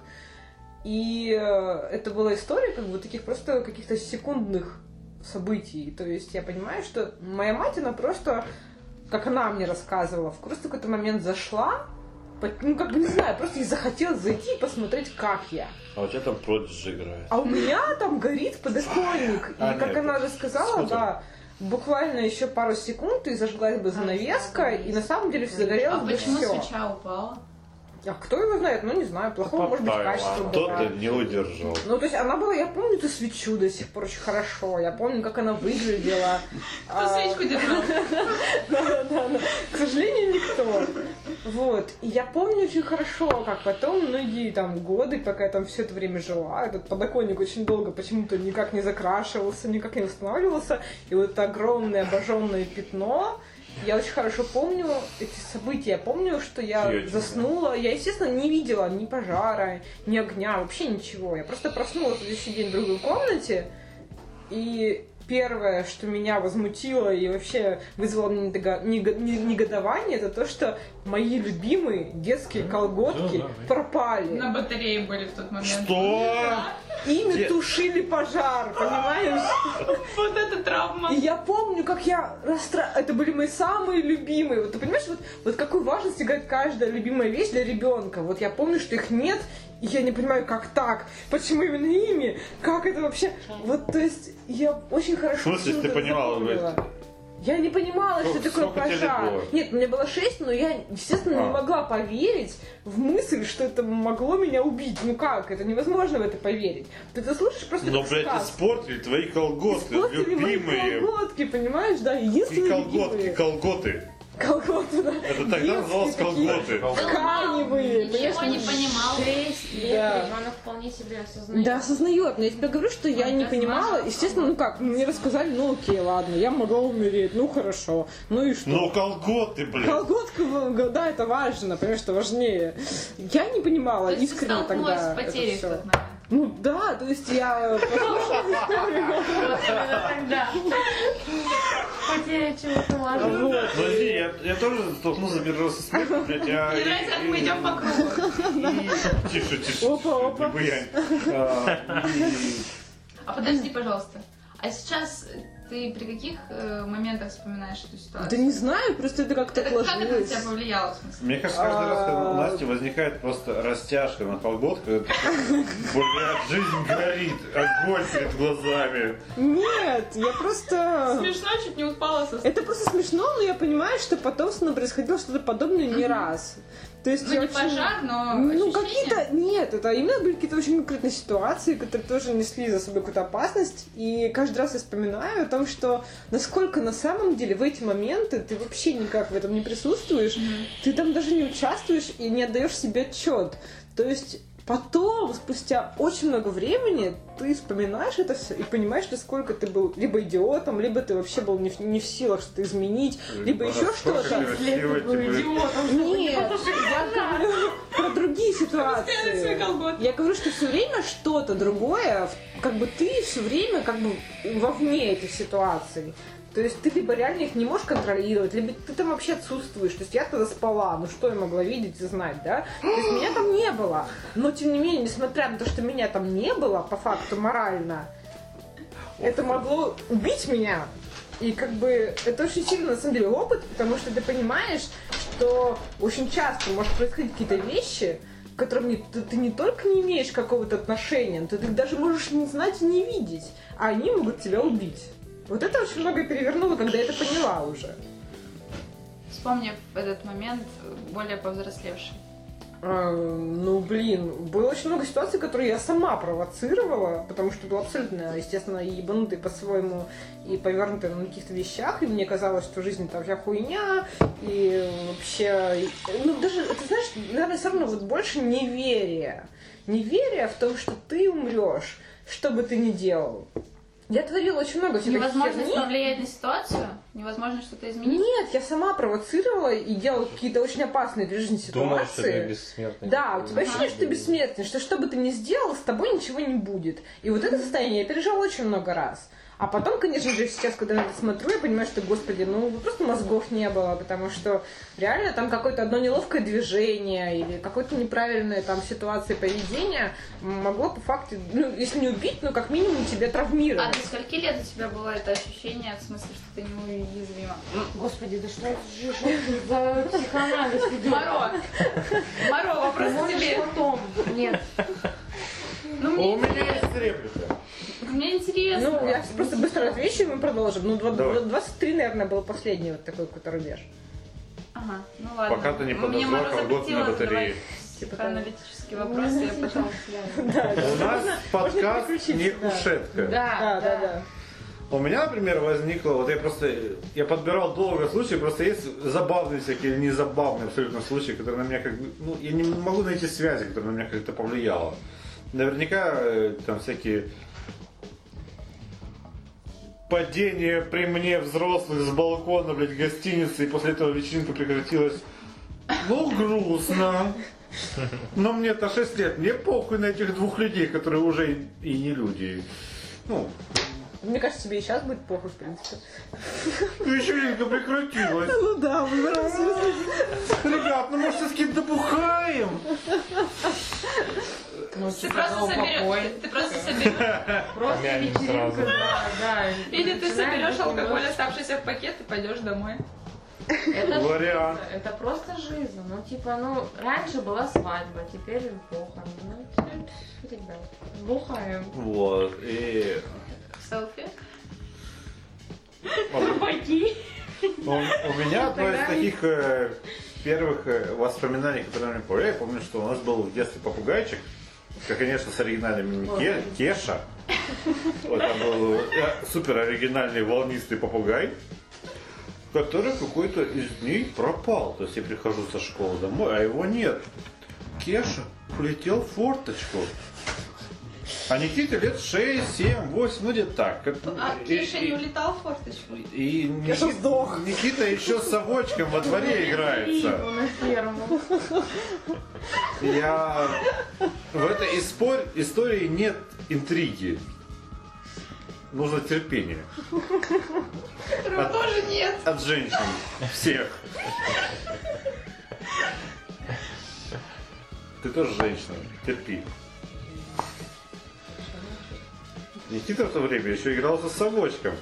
Speaker 4: и э, это была история как бы таких просто каких-то секундных событий. То есть я понимаю, что моя мать, она просто, как она мне рассказывала, в просто какой-то момент зашла, по- ну как бы не знаю, просто ей захотелось зайти и посмотреть, как я.
Speaker 1: А у тебя там Prodigy играет.
Speaker 4: А у меня там горит подоконник. И
Speaker 1: А,
Speaker 4: как
Speaker 1: нет,
Speaker 4: она же сказала,
Speaker 1: скутер.
Speaker 4: да, буквально еще пару секунд и зажглась бы занавеска, и на самом деле все загорелось
Speaker 5: А
Speaker 4: бы
Speaker 5: почему
Speaker 4: все.
Speaker 5: свеча упала?
Speaker 4: А кто его знает? Ну, не знаю, плохого может быть качества.
Speaker 1: Попала.
Speaker 4: была.
Speaker 1: Кто-то не удержал.
Speaker 4: Ну, то есть она была, я помню эту свечу до сих пор очень хорошо, я помню, как она выглядела.
Speaker 5: Кто
Speaker 4: А,
Speaker 5: свечку держал?
Speaker 4: Да-да-да. К сожалению, никто. Вот. И я помню очень хорошо, как потом многие там годы, пока я там все это время жила, этот подоконник очень долго почему-то никак не закрашивался, никак не восстанавливался. И вот это огромное обожженное пятно. Я очень хорошо помню эти события. Я помню, что я
Speaker 1: Серьёзно?
Speaker 4: заснула. Я, естественно, не видела ни пожара, ни огня, вообще ничего. Я просто проснулась на следующий день в другой комнате. И первое, что меня возмутило и вообще вызвало мне недога- нег- не- негодование, это то, что мои любимые детские колготки
Speaker 2: да, да.
Speaker 4: пропали.
Speaker 5: На батарее были в тот момент.
Speaker 1: Что?
Speaker 4: Ими
Speaker 1: Где-
Speaker 4: тушили пожар, понимаешь?
Speaker 5: Вот это травма.
Speaker 4: И я помню, как я расстра... Это были мои самые любимые. Вот ты понимаешь, вот, вот какую важность играет каждая любимая вещь для ребенка. Вот я помню, что их нет, и я не понимаю, как так? Почему именно ими? Как это вообще? Вот, то есть, я очень хорошо...
Speaker 1: В смысле,
Speaker 4: всё
Speaker 1: ты
Speaker 4: это
Speaker 1: понимала,
Speaker 4: запомнила.
Speaker 1: говорит?
Speaker 4: Я не понимала,
Speaker 1: Сколько-
Speaker 4: что такое
Speaker 1: сколько тебе лет
Speaker 4: пожар.
Speaker 1: было?
Speaker 4: Нет, мне было шесть, но я, естественно, не
Speaker 1: А.
Speaker 4: могла поверить в мысль, что это могло меня убить. Ну как? Это невозможно в это поверить. Ты это слышишь просто
Speaker 1: Но,
Speaker 4: как
Speaker 1: Ну, блядь,
Speaker 4: сказку.
Speaker 1: испортили твои колготы,
Speaker 4: Испортили мои
Speaker 1: любимые.
Speaker 4: колготки, понимаешь, да,
Speaker 1: И
Speaker 4: единственные
Speaker 1: колготки,
Speaker 4: любимые.
Speaker 1: колготы.
Speaker 4: Колготы, да.
Speaker 1: Это тогда называлось колготы.
Speaker 4: Тканевые,
Speaker 3: Ничего
Speaker 4: понимаешь,
Speaker 3: не понимал. Шесть лет
Speaker 4: Да.
Speaker 3: ребенок вполне себе осознает.
Speaker 4: Да, осознает, но я тебе говорю, что я
Speaker 3: Он
Speaker 4: не
Speaker 3: так
Speaker 4: понимала.
Speaker 3: смазал.
Speaker 4: Естественно, ну как, мне рассказали, ну окей, ладно, я могла умереть, ну хорошо, ну и что?
Speaker 1: Ну, колготы, блин.
Speaker 4: Колготка, в- да, это важно, понимаешь, что важнее. Я не понимала
Speaker 5: То есть ты
Speaker 4: искренне
Speaker 5: столкнулась
Speaker 4: тогда
Speaker 5: с
Speaker 4: это
Speaker 5: потерей в
Speaker 4: всё.
Speaker 5: тот момент.
Speaker 4: Ну да, то есть я послушала историю.
Speaker 3: Вот именно тогда. Потеря чего-то важного.
Speaker 1: Ну, да, Подожди, я, я тоже столкнулся первый раз со смертью, блядь. Я,
Speaker 5: Мне нравится, как мы идем по кругу.
Speaker 1: и- Тише, тише.
Speaker 4: Опа, опа.
Speaker 1: Не буянь. А, и-
Speaker 5: А подожди, пожалуйста. А сейчас ты при каких э, моментах вспоминаешь эту
Speaker 4: Да
Speaker 5: ситуацию?
Speaker 4: не знаю, просто это как-то
Speaker 5: Это как это на
Speaker 4: сложилось.
Speaker 5: тебя повлияло, в смысле?
Speaker 1: Мне кажется, каждый раз, когда
Speaker 4: А.
Speaker 1: у Насти возникает просто растяжка на колготку, это такой, блядь, жизнь горит, огонь перед глазами.
Speaker 4: Нет, я просто...
Speaker 5: Смешно, чуть не упала со
Speaker 4: Это просто смешно, но я понимаю, что потом со мной происходило что-то подобное не раз. То есть
Speaker 5: Ну,
Speaker 4: я
Speaker 5: не
Speaker 4: очень-
Speaker 5: пожар, но
Speaker 4: Ну,
Speaker 5: ощущение.
Speaker 4: какие-то... Нет, это именно были какие-то очень конкретные ситуации, которые тоже несли за собой какую-то опасность. И каждый раз я вспоминаю о том, что насколько на самом деле в эти моменты ты вообще никак в этом не присутствуешь,
Speaker 5: Мгм.
Speaker 4: ты там даже не участвуешь и не отдаешь себе отчет. То есть потом, спустя очень много времени, ты вспоминаешь это все и понимаешь, насколько ты был либо идиотом, либо ты вообще был не в, не в силах что-то изменить, либо еще
Speaker 1: Хорошо,
Speaker 4: что-то.
Speaker 1: красиво тебе.
Speaker 4: Нет, я говорю про другие ситуации. Я говорю, что все время что-то другое, в- как бы ты все время как бы вовне этих ситуаций. То есть ты либо реально их не можешь контролировать, либо ты там вообще отсутствуешь. То есть я тогда спала, ну что я могла видеть и знать, да? То есть меня там не было. Но тем не менее, несмотря на то, что меня там не было, по факту морально, это могло убить меня. И как бы это очень сильно, на самом деле, опыт, потому что ты понимаешь, что очень часто может происходить какие-то вещи, к которым не- ты, ты не только не имеешь какого-то отношения, но ты их даже можешь не знать и не видеть, а они могут тебя убить. Вот это очень многое перевернуло, когда я это поняла уже.
Speaker 5: Вспомни этот момент э, более повзрослевший.
Speaker 4: А, ну, блин, было очень много ситуаций, которые я сама провоцировала, потому что была абсолютно, естественно, и ебанутая по-своему и повернутая на каких-то вещах, и мне казалось, что жизнь это вся хуйня, и вообще... и- Ну, даже, ты знаешь, наверное, все равно вот больше неверие. Неверие в том, что ты умрешь, что бы ты ни делал. Я творила очень много всякой
Speaker 5: Невозможность
Speaker 4: херни.
Speaker 5: повлиять на ситуацию? Невозможно что-то изменить?
Speaker 4: Нет, я сама провоцировала и делала какие-то очень опасные для жизни ситуации.
Speaker 2: Думаешь, что ты бессмертный.
Speaker 4: Да, у
Speaker 5: Ага.
Speaker 4: тебя ощущение, что ты бессмертный, что что бы ты ни сделал, с тобой ничего не будет. И вот это состояние я пережила очень много раз. А потом, конечно же, сейчас, когда я на это смотрю, я понимаю, что, господи, ну просто мозгов не было, потому что реально там какое-то одно неловкое движение или какое-то неправильное там ситуация поведения могло по факту, ну, если не убить, ну как минимум тебя
Speaker 5: А
Speaker 4: травмировать.
Speaker 5: до скольки лет у тебя было это ощущение, в смысле, что ты неуязвима?
Speaker 3: Господи, да что это же за психоанализ идет?
Speaker 5: Маро! Маро, вопрос к
Speaker 3: Можешь
Speaker 5: тебе.
Speaker 3: потом. Нет.
Speaker 5: Ну, мне
Speaker 1: У меня
Speaker 5: интересно.
Speaker 1: есть реплика.
Speaker 5: Мне интересно.
Speaker 4: Ну, я просто быстро отвечу, и мы продолжим. Ну, два-
Speaker 1: Давай.
Speaker 4: 23, наверное, был последний вот такой, который рубеж.
Speaker 5: Ага, ну ладно.
Speaker 1: Пока ты не
Speaker 5: Мне
Speaker 1: подожгла
Speaker 5: Маро
Speaker 1: колготки
Speaker 5: запретила
Speaker 1: на батарее.
Speaker 5: задавать Психоаналитические вопросы, я потом...
Speaker 1: У нас подкаст
Speaker 4: переключиться,
Speaker 1: не
Speaker 4: да.
Speaker 1: кушетка.
Speaker 3: А,
Speaker 4: Да, да, да.
Speaker 1: У меня, например, возникло, вот я просто, я подбирал долго случаи, просто есть забавные всякие или незабавные абсолютно случаи, которые на меня как бы, ну, я не могу найти связи, которые на меня как-то повлияло. Наверняка э, там всякие падение при мне взрослых с балкона, блядь, гостиницы, и после этого вечеринка прекратилась. Ну, грустно. Но мне-то 6 лет, мне похуй на этих двух людей, которые уже и- и не люди. Ну,
Speaker 4: Мне кажется, тебе и сейчас будет плохо, в принципе.
Speaker 1: Вечеринка прекратилась.
Speaker 4: Ну да, выбрался.
Speaker 1: Ребят, ну может все-таки добухаем?
Speaker 5: Ты просто соберешь... Ты просто соберешь...
Speaker 2: Помянем сразу.
Speaker 5: Или ты соберешь алкоголь, оставшийся в пакет, и пойдешь домой.
Speaker 3: Это
Speaker 1: Вариант.
Speaker 3: это просто жизнь. Ну, типа, ну, раньше была свадьба, теперь похороны. Ну, теперь, ребят, бухаем.
Speaker 1: Вот, и...
Speaker 5: Селфи?
Speaker 3: Турбаки.
Speaker 1: У, у
Speaker 5: Ну,
Speaker 1: меня одно из таких э, первых э, воспоминаний, которые я помню, я помню, что у нас был в детстве попугайчик, как, конечно, с оригинальным именем Ке- Кеша. Вот там был э, супер оригинальный волнистый попугай. который какой-то из дней пропал. То есть я прихожу со школы домой, а его нет. Кеша улетел в форточку. А Никите лет 6, 7, 8, ну где-то так. Как-
Speaker 5: А
Speaker 1: и-
Speaker 5: Кеша
Speaker 1: и-
Speaker 5: не улетал в форточку?
Speaker 1: и
Speaker 4: Кеша
Speaker 1: Ники-
Speaker 4: сдох.
Speaker 1: Никита еще с совочком во дворе играется.
Speaker 3: Рыбу на ферму.
Speaker 1: Я... В этой испор- истории нет интриги. Нужно терпение.
Speaker 5: Которого тоже нет.
Speaker 1: От женщин. Всех. Ты тоже женщина. Терпи. Никита в то время еще игрался с совочком.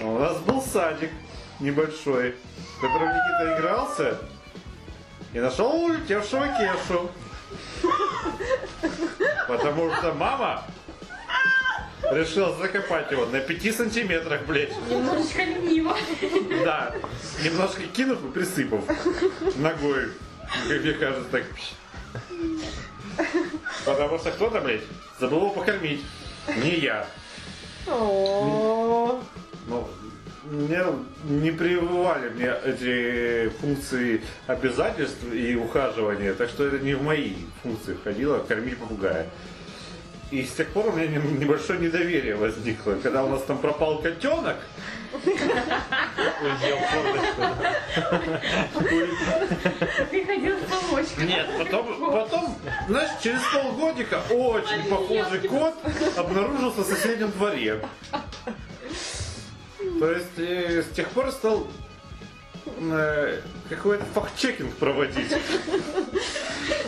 Speaker 1: А У нас был садик небольшой, в котором Никита игрался и нашел улетевшего Кешу. Потому что мама решила закопать его на 5 сантиметрах, блядь.
Speaker 3: Немножечко лениво.
Speaker 1: Да, немножко кинув и присыпав ногой, как мне кажется, так. Потому что кто-то, блядь, забыл его покормить. Не я.
Speaker 4: О,
Speaker 1: Ну, мне не прививали мне эти функции обязательств и ухаживания, так что это не в мои функции входило кормить попугая. И с тех пор у меня не- небольшое недоверие возникло, когда у нас там пропал котенок.
Speaker 2: Узел форточку.
Speaker 3: Приходил с помочкой.
Speaker 1: Нет, потом, потом, знаешь, через полгодика очень похожий кот обнаружился в соседнем дворе. То есть э, с тех пор стал э, какой-то факт-чекинг проводить.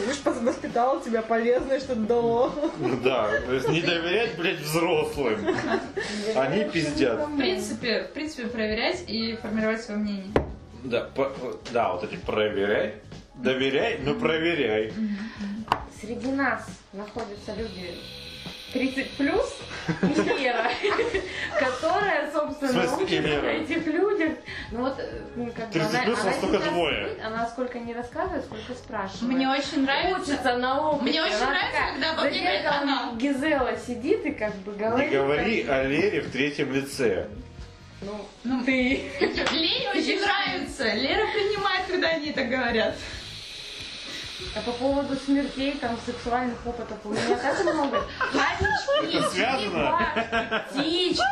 Speaker 4: Видишь, воспитала тебя полезное, что-то дало.
Speaker 1: Да, то есть не доверять, блядь, взрослым. Они пиздят.
Speaker 5: В принципе, в принципе, проверять и формировать свое мнение.
Speaker 1: Да, по- да, вот эти проверяй. Доверяй, но проверяй.
Speaker 3: Среди нас находятся люди 30 плюс и Лера, которая,
Speaker 1: В
Speaker 3: собственно,
Speaker 1: смысле, и
Speaker 3: учится
Speaker 1: Лера?
Speaker 3: на этих людях. Ну вот, э, ну, как бы
Speaker 1: 30
Speaker 3: она,
Speaker 1: плюс у
Speaker 3: она
Speaker 1: нас только
Speaker 3: сейчас
Speaker 1: двое.
Speaker 3: сидит, Она сколько не рассказывает, сколько спрашивает.
Speaker 5: Мне очень нравится.
Speaker 3: Учится на опыте.
Speaker 5: Мне очень
Speaker 3: Она
Speaker 5: нравится,
Speaker 3: такая,
Speaker 5: когда обо
Speaker 3: «Да
Speaker 5: мне
Speaker 3: я
Speaker 5: говорит
Speaker 3: там
Speaker 5: она».
Speaker 3: Гизела сидит и как бы
Speaker 1: Не
Speaker 3: говорит.
Speaker 1: говори о Лере в третьем лице.
Speaker 3: Ну,
Speaker 5: Ну,
Speaker 3: ты.
Speaker 5: Лере очень нравится. Лера принимает, когда они так говорят.
Speaker 3: А по поводу смертей, там, сексуальных опытов у меня так много. Хомячки,
Speaker 1: Это связано?
Speaker 3: черепашки, птички.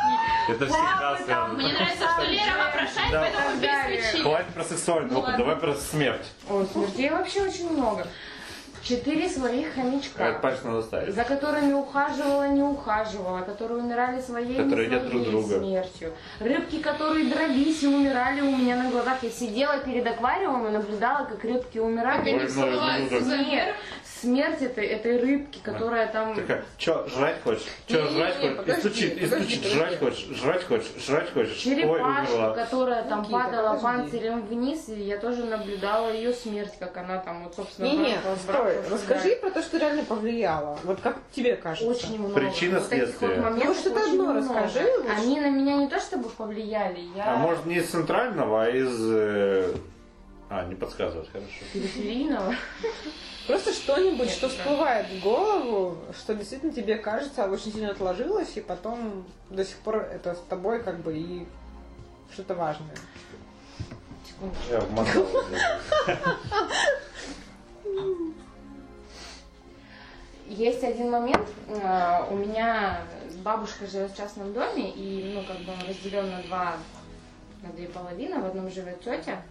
Speaker 2: Это всегда связано.
Speaker 5: Мне нравится, что Лера вопрошает,
Speaker 1: Да.
Speaker 5: поэтому
Speaker 3: Далее.
Speaker 5: без свечи.
Speaker 1: Хватит про сексуальный опыт, давай про смерть.
Speaker 3: Ой, смертей вообще очень много. Четыре своих
Speaker 1: Это
Speaker 3: хомячка.
Speaker 1: пальчик надо ставить.
Speaker 3: За которыми ухаживала, не ухаживала, которые умирали своей,
Speaker 1: Которые
Speaker 3: не
Speaker 1: едят друг
Speaker 3: своей
Speaker 1: друга.
Speaker 3: смертью. Рыбки, которые дрались и умирали у меня на глазах. Я сидела перед аквариумом и наблюдала, как рыбки умирали.
Speaker 5: Они
Speaker 1: Ой,
Speaker 5: всплывают
Speaker 1: ну, ну,
Speaker 5: за
Speaker 3: Нет, смерть этой, этой рыбки, которая там...
Speaker 1: Такая, чё, жрать хочешь? Чё,
Speaker 4: Не-не-не,
Speaker 1: жрать хочешь? И
Speaker 4: подожди,
Speaker 1: стучит, и
Speaker 4: подожди,
Speaker 1: стучит,
Speaker 4: подожди.
Speaker 1: жрать хочешь, жрать хочешь, жрать хочешь. Ой,
Speaker 3: Черепашку,
Speaker 1: умерла.
Speaker 3: которая там
Speaker 4: Никита,
Speaker 3: падала
Speaker 4: подожди.
Speaker 3: панцирем вниз, и я тоже наблюдала ее смерть, как она там, вот, собственно,
Speaker 4: Не-не,
Speaker 3: брат- брат-
Speaker 4: стой,
Speaker 3: брат-
Speaker 4: расскажи про то, что реально повлияло. Вот как тебе кажется?
Speaker 3: Очень много.
Speaker 1: Причина
Speaker 3: Вот таких
Speaker 1: следствия.
Speaker 3: вот моментов
Speaker 4: Ну, что-то
Speaker 3: очень
Speaker 4: одно
Speaker 3: много.
Speaker 4: расскажи лучше.
Speaker 3: Они на меня не то чтобы повлияли, я
Speaker 1: А может не из центрального, а из... э, А, не подсказывать, хорошо.
Speaker 3: периферийного.
Speaker 4: Просто что-нибудь, что
Speaker 3: да.
Speaker 4: всплывает в голову, что действительно тебе кажется, очень сильно отложилось, и потом до сих пор это с тобой как бы и что-то важное.
Speaker 3: Секунду.
Speaker 1: Я обмотал.
Speaker 3: Есть один момент, э, у меня бабушка живет в частном доме, и, ну, как бы он разделен на два, на две половины, в одном живет тетя,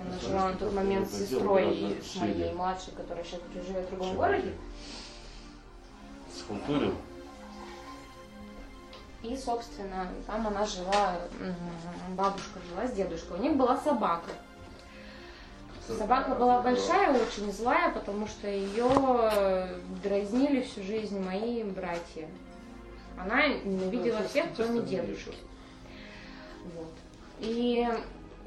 Speaker 3: она
Speaker 1: Это
Speaker 3: жила на
Speaker 1: что
Speaker 3: тот
Speaker 1: такое?
Speaker 3: момент
Speaker 1: Это
Speaker 3: с
Speaker 1: дело
Speaker 3: сестрой
Speaker 1: гораздо
Speaker 3: и с моей
Speaker 1: шире.
Speaker 3: младшей, которая сейчас уже живет в другом
Speaker 1: Шире.
Speaker 3: городе,
Speaker 1: Схалтурил.
Speaker 3: И, собственно, там она жила, м, бабушка жила с дедушкой. У них была собака. Собака была большая, очень злая, потому что ее э, дразнили всю жизнь мои братья. Она ненавидела всех, кроме дедушки. Вот. И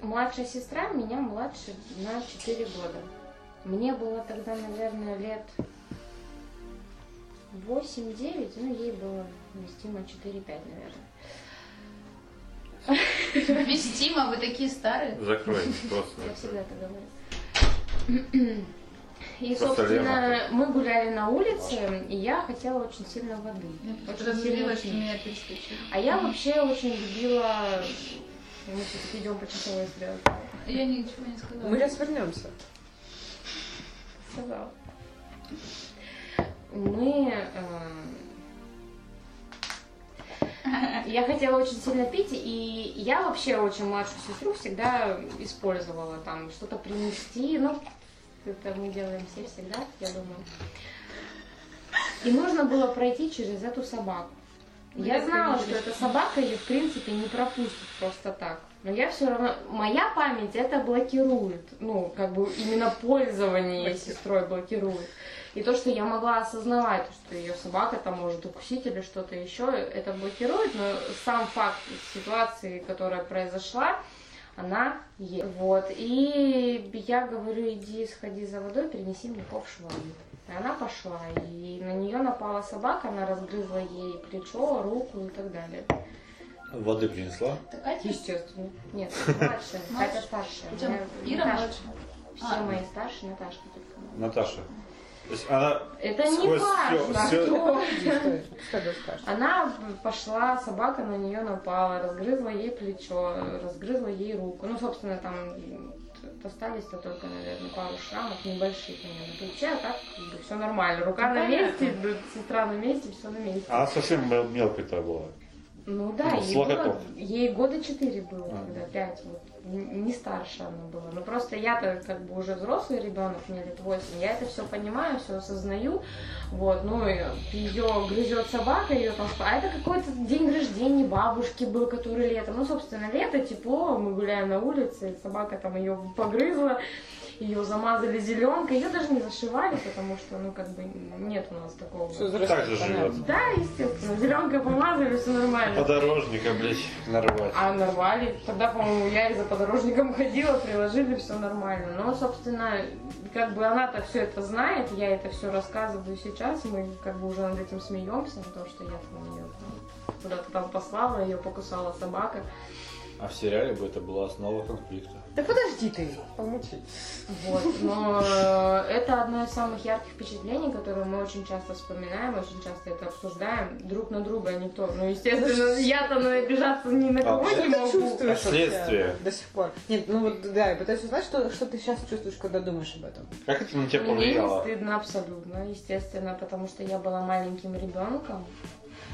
Speaker 3: младшая сестра меня младше на 4 года. Мне было тогда, наверное, лет 8-9, ну, ей было вместимо 4-5, наверное.
Speaker 5: Вестима, вы такие старые.
Speaker 1: Закрой, просто.
Speaker 3: Я всегда
Speaker 1: закрой.
Speaker 3: это говорю. И,
Speaker 1: Просто
Speaker 3: собственно,
Speaker 1: Лена.
Speaker 3: мы гуляли на улице, и я хотела очень сильно воды. А
Speaker 5: Я
Speaker 3: Очень сильно
Speaker 5: подозревала, что меня перескочили.
Speaker 3: А я вообще очень любила И мы все-таки идем по часовой стрелке.
Speaker 5: Я ничего не сказала.
Speaker 4: Мы сейчас вернемся.
Speaker 3: Сказал. Мы... э, Я хотела очень сильно пить, и я вообще очень младшую сестру всегда использовала там что-то принести, ну, это мы делаем все всегда, я думаю. И нужно было пройти через эту собаку. Я знала, что эта собака ее, в принципе, не пропустит просто так. Но я все равно... Моя память это блокирует. Ну, как бы именно пользование сестрой блокирует. И то, что я могла осознавать, что ее собака там может укусить или что-то еще, это блокирует, но сам факт ситуации, которая произошла, она есть. Вот. И я говорю, иди сходи за водой, принеси мне коп швабру. И Она пошла, и на нее напала собака, она разгрызла ей плечо, руку и так далее.
Speaker 1: Воды принесла?
Speaker 5: Так, Катя,
Speaker 3: Естественно. Нет, младшая, Катя старшая.
Speaker 5: у тебя
Speaker 3: У меня
Speaker 5: Ира
Speaker 3: Наташка.
Speaker 5: младше.
Speaker 3: Все
Speaker 5: А.
Speaker 3: мои старшие, Наташка только.
Speaker 1: Наташа. То есть она а
Speaker 3: Это не
Speaker 1: Сквозь
Speaker 3: важно,
Speaker 1: всё-
Speaker 3: кто.
Speaker 4: Что что ты скажешь?
Speaker 3: Она пошла, собака на нее напала, разгрызла ей плечо, разгрызла ей руку. Ну, собственно, там остались-то только, наверное, пару шрамов небольших у нее на плече, а так все нормально. Рука на месте, сестра на месте, все на месте.
Speaker 1: А Она совсем мел- мелкой-то была.
Speaker 3: Ну да,
Speaker 1: Ну,
Speaker 3: ей,
Speaker 1: с
Speaker 3: было-
Speaker 1: локоток.
Speaker 3: ей года четыре было,
Speaker 1: А.
Speaker 3: когда пять, вот. Н- не старше она была. Ну просто я-то как бы уже взрослый ребенок, мне лет восемь, я это все понимаю, все осознаю, вот, ну ее грызет собака, ее там, сп- а это какой-то день рождения бабушки был, который летом, ну собственно лето, тепло, мы гуляем на улице, собака там ее погрызла, ее замазали зеленкой, ее даже не зашивали, потому что, ну как бы нет у нас такого.
Speaker 4: Все
Speaker 1: Так же живет.
Speaker 3: Да, естественно, зеленкой помазали, все
Speaker 1: А
Speaker 3: нормально.
Speaker 1: Подорожника, блядь, нарвать.
Speaker 3: А нарвали. Тогда, по-моему, я и за подорожником ходила, приложили, все нормально. Но, собственно, как бы она-то все это знает, я это все рассказываю сейчас, мы как бы уже над этим смеемся, потому что я там ее куда-то там послала, ее покусала собака.
Speaker 1: А в сериале бы это была основа конфликта.
Speaker 4: Да подожди ты, помолчи.
Speaker 3: Вот. Но э, это одно из самых ярких впечатлений, которые мы очень часто вспоминаем, очень часто это обсуждаем. Друг на друга никто. Ну, естественно, я-то ну, обижаться ни на кого
Speaker 1: Что
Speaker 3: не
Speaker 4: Ты
Speaker 3: могу.
Speaker 4: чувствуешь вообще
Speaker 1: Последствия.
Speaker 4: до сих пор. Нет, ну вот да, я пытаюсь узнать, что, что ты сейчас чувствуешь, когда думаешь об этом.
Speaker 1: Как это на тебя
Speaker 3: Мне не
Speaker 1: повлияло?
Speaker 3: стыдно абсолютно, естественно, потому что я была маленьким ребенком.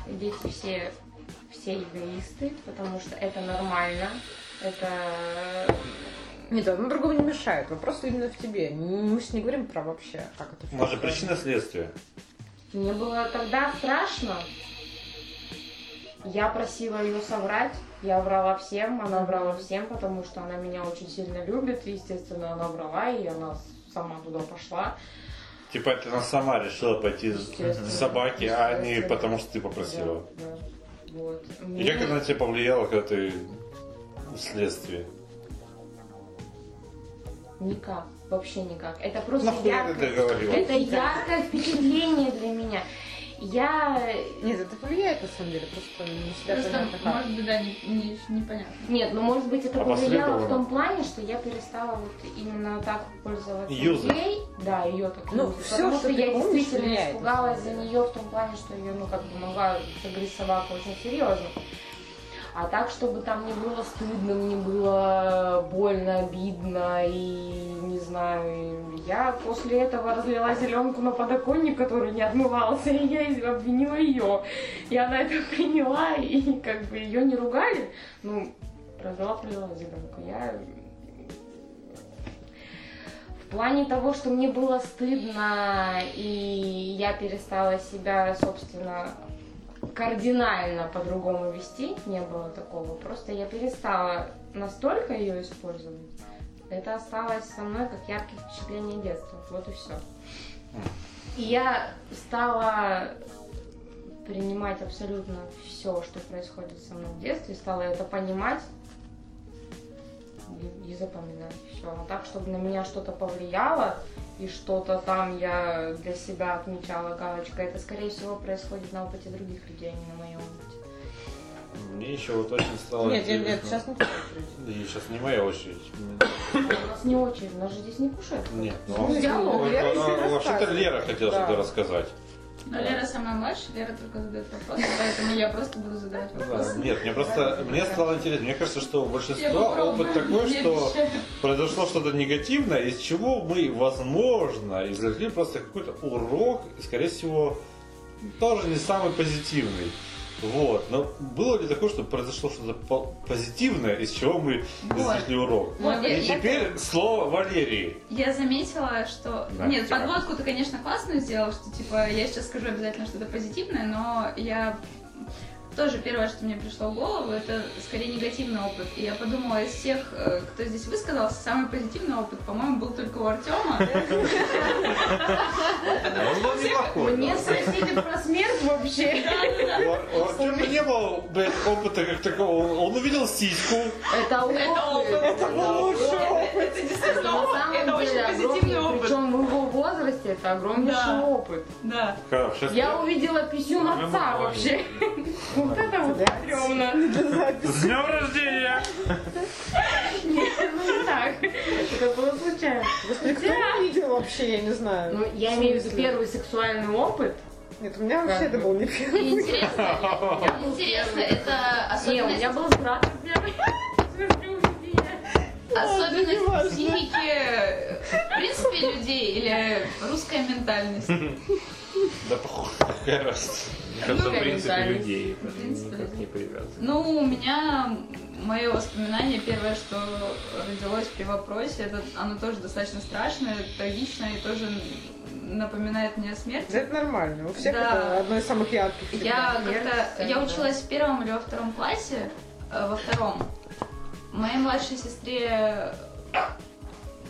Speaker 3: Дети все, все эгоисты, потому что это нормально. Это
Speaker 4: Нет, одно другому не мешает. Вопрос именно в тебе. Мы же не говорим про вообще, как это всё
Speaker 1: Может,
Speaker 4: происходит.
Speaker 1: причина следствия?
Speaker 3: мне было тогда страшно. Я просила ее соврать, я врала всем, она врала всем, потому что она меня очень сильно любит, и, естественно, она врала, и она сама туда пошла.
Speaker 1: Типа это она сама решила пойти с
Speaker 3: Естественно.
Speaker 1: с собаки, а не
Speaker 3: Естественно.
Speaker 1: потому что ты попросила.
Speaker 3: Да, да. Вот.
Speaker 1: И как
Speaker 3: Мне-
Speaker 1: это на тебя повлияло, когда ты в следствии?
Speaker 3: Никак, вообще никак. Это просто
Speaker 1: Нахуй ты
Speaker 3: яркое,
Speaker 1: это говорила?
Speaker 3: это яркое впечатление для меня. Я
Speaker 4: Нет, это повлияет на самом деле, просто не всегда
Speaker 5: Просто,
Speaker 4: понятно как.
Speaker 5: может быть, да, не- не- непонятно.
Speaker 3: нет, ну может быть это
Speaker 1: А
Speaker 3: повлияло
Speaker 1: последовало?
Speaker 3: в том плане, что я перестала вот именно так пользоваться
Speaker 1: Юзать.
Speaker 3: ей. Да, ее так.
Speaker 4: Ну,
Speaker 3: юзать.
Speaker 4: всё,
Speaker 3: потому что,
Speaker 4: что ты
Speaker 3: я
Speaker 4: помнишь,
Speaker 3: действительно
Speaker 4: влияет, на
Speaker 3: испугалась за
Speaker 4: самом деле.
Speaker 3: нее в том плане, что ее, ну как бы могла загрызть собака очень серьезно. А так, чтобы там не было стыдно, мне было больно, обидно и не знаю. и Я после этого разлила зеленку на подоконник, который не отмывался, и я из- обвинила ее. И она это приняла, и как бы ее не ругали. Ну, разлила, пролила зеленку. Я в плане того, что мне было стыдно, и я перестала себя, собственно, кардинально по-другому вести, не было такого. Просто я перестала настолько ее использовать. Это осталось со мной как яркие впечатления детства. Вот и все. И я стала принимать абсолютно все, что происходит со мной в детстве, стала это понимать и, и запоминать все. А так, чтобы на меня что-то повлияло, и что-то там я для себя отмечала галочкой, это, скорее всего, происходит на опыте других людей, а не на моем опыте.
Speaker 1: Мне еще вот очень стало
Speaker 4: Нет, нет, нет,
Speaker 1: интересно.
Speaker 4: сейчас не
Speaker 1: И сейчас не моя очередь.
Speaker 3: У нас не очередь, у нас же здесь не кушают.
Speaker 1: Нет, ну,
Speaker 4: Ну, диалог,
Speaker 1: вот,
Speaker 4: Лера
Speaker 1: а,
Speaker 4: ещё и
Speaker 1: вообще-то
Speaker 4: рассказывает.
Speaker 1: Лера хотела
Speaker 4: Да.
Speaker 1: что-то рассказать.
Speaker 5: Но Лера самая младшая, Лера только задает вопросы, поэтому я просто буду задавать вопросы.
Speaker 1: Нет, мне просто мне стало интересно. Мне кажется, что у
Speaker 5: Я
Speaker 1: большинства
Speaker 5: попробую.
Speaker 1: опыт такой,
Speaker 5: Я
Speaker 1: что
Speaker 5: обещаю.
Speaker 1: произошло что-то негативное, из чего мы, возможно, извлекли просто какой-то урок, и, скорее всего, тоже не самый позитивный. Вот. Но было ли такое, что произошло что-то по- позитивное, из чего мы
Speaker 5: Вот.
Speaker 1: извлекли урок?
Speaker 5: Вот я-
Speaker 1: И
Speaker 5: я-
Speaker 1: теперь слово Валерии.
Speaker 5: Я заметила, что...
Speaker 1: Да,
Speaker 5: Нет,
Speaker 1: типа.
Speaker 5: подводку ты, конечно, классную сделал, что, типа, я сейчас скажу обязательно что-то позитивное, но я... Тоже первое, что мне пришло в голову, это скорее негативный опыт. И я подумала, из всех, э, кто здесь высказался, самый позитивный опыт, по-моему, был только у Артема.
Speaker 1: Он был неплохой.
Speaker 3: Мне спросили про смерть вообще.
Speaker 1: У- у Артема не было блядь, опыта как такого. Он- Он увидел сиську.
Speaker 3: Это опыт.
Speaker 1: Это лучше.
Speaker 5: Это действительно
Speaker 3: На
Speaker 5: опыт, это
Speaker 3: самом деле
Speaker 5: очень позитивный
Speaker 3: огромный,
Speaker 5: опыт.
Speaker 3: причем в его возрасте это огромнейший
Speaker 5: Да.
Speaker 3: опыт.
Speaker 5: Да.
Speaker 3: Я увидела писюн отца вообще. Вот это вот стрёмно.
Speaker 1: С днем рождения!
Speaker 3: Ну не так. Это было случайно.
Speaker 4: Господи, кто его видел вообще, я не знаю.
Speaker 3: Ну, я
Speaker 4: В
Speaker 3: имею в виду
Speaker 4: смысле?
Speaker 3: первый сексуальный опыт.
Speaker 4: Нет, у меня вообще это был не первый.
Speaker 6: И Интересно, интересно, это
Speaker 3: Не, у меня
Speaker 6: особенность,
Speaker 3: был брат первый. Смотрю, где я.
Speaker 6: особенность психики,
Speaker 5: Психики, э, в принципе, людей или русская ментальность?
Speaker 1: Да похуй, какая разница.
Speaker 2: Кажется, в
Speaker 3: я не
Speaker 2: принципе,
Speaker 3: знаю.
Speaker 2: людей
Speaker 5: В принципе,
Speaker 2: никак не
Speaker 5: людей.
Speaker 2: привязано.
Speaker 5: Ну, у меня мое воспоминание первое, что родилось при вопросе, это оно тоже достаточно страшное, трагичное и тоже напоминает мне о
Speaker 4: Да
Speaker 5: смерти.
Speaker 4: это нормально. У всех
Speaker 5: Да.
Speaker 4: это одно из самых ярких.
Speaker 5: Я
Speaker 4: всегда.
Speaker 5: как-то я училась в первом или во втором классе, э, во втором. Моей младшей сестре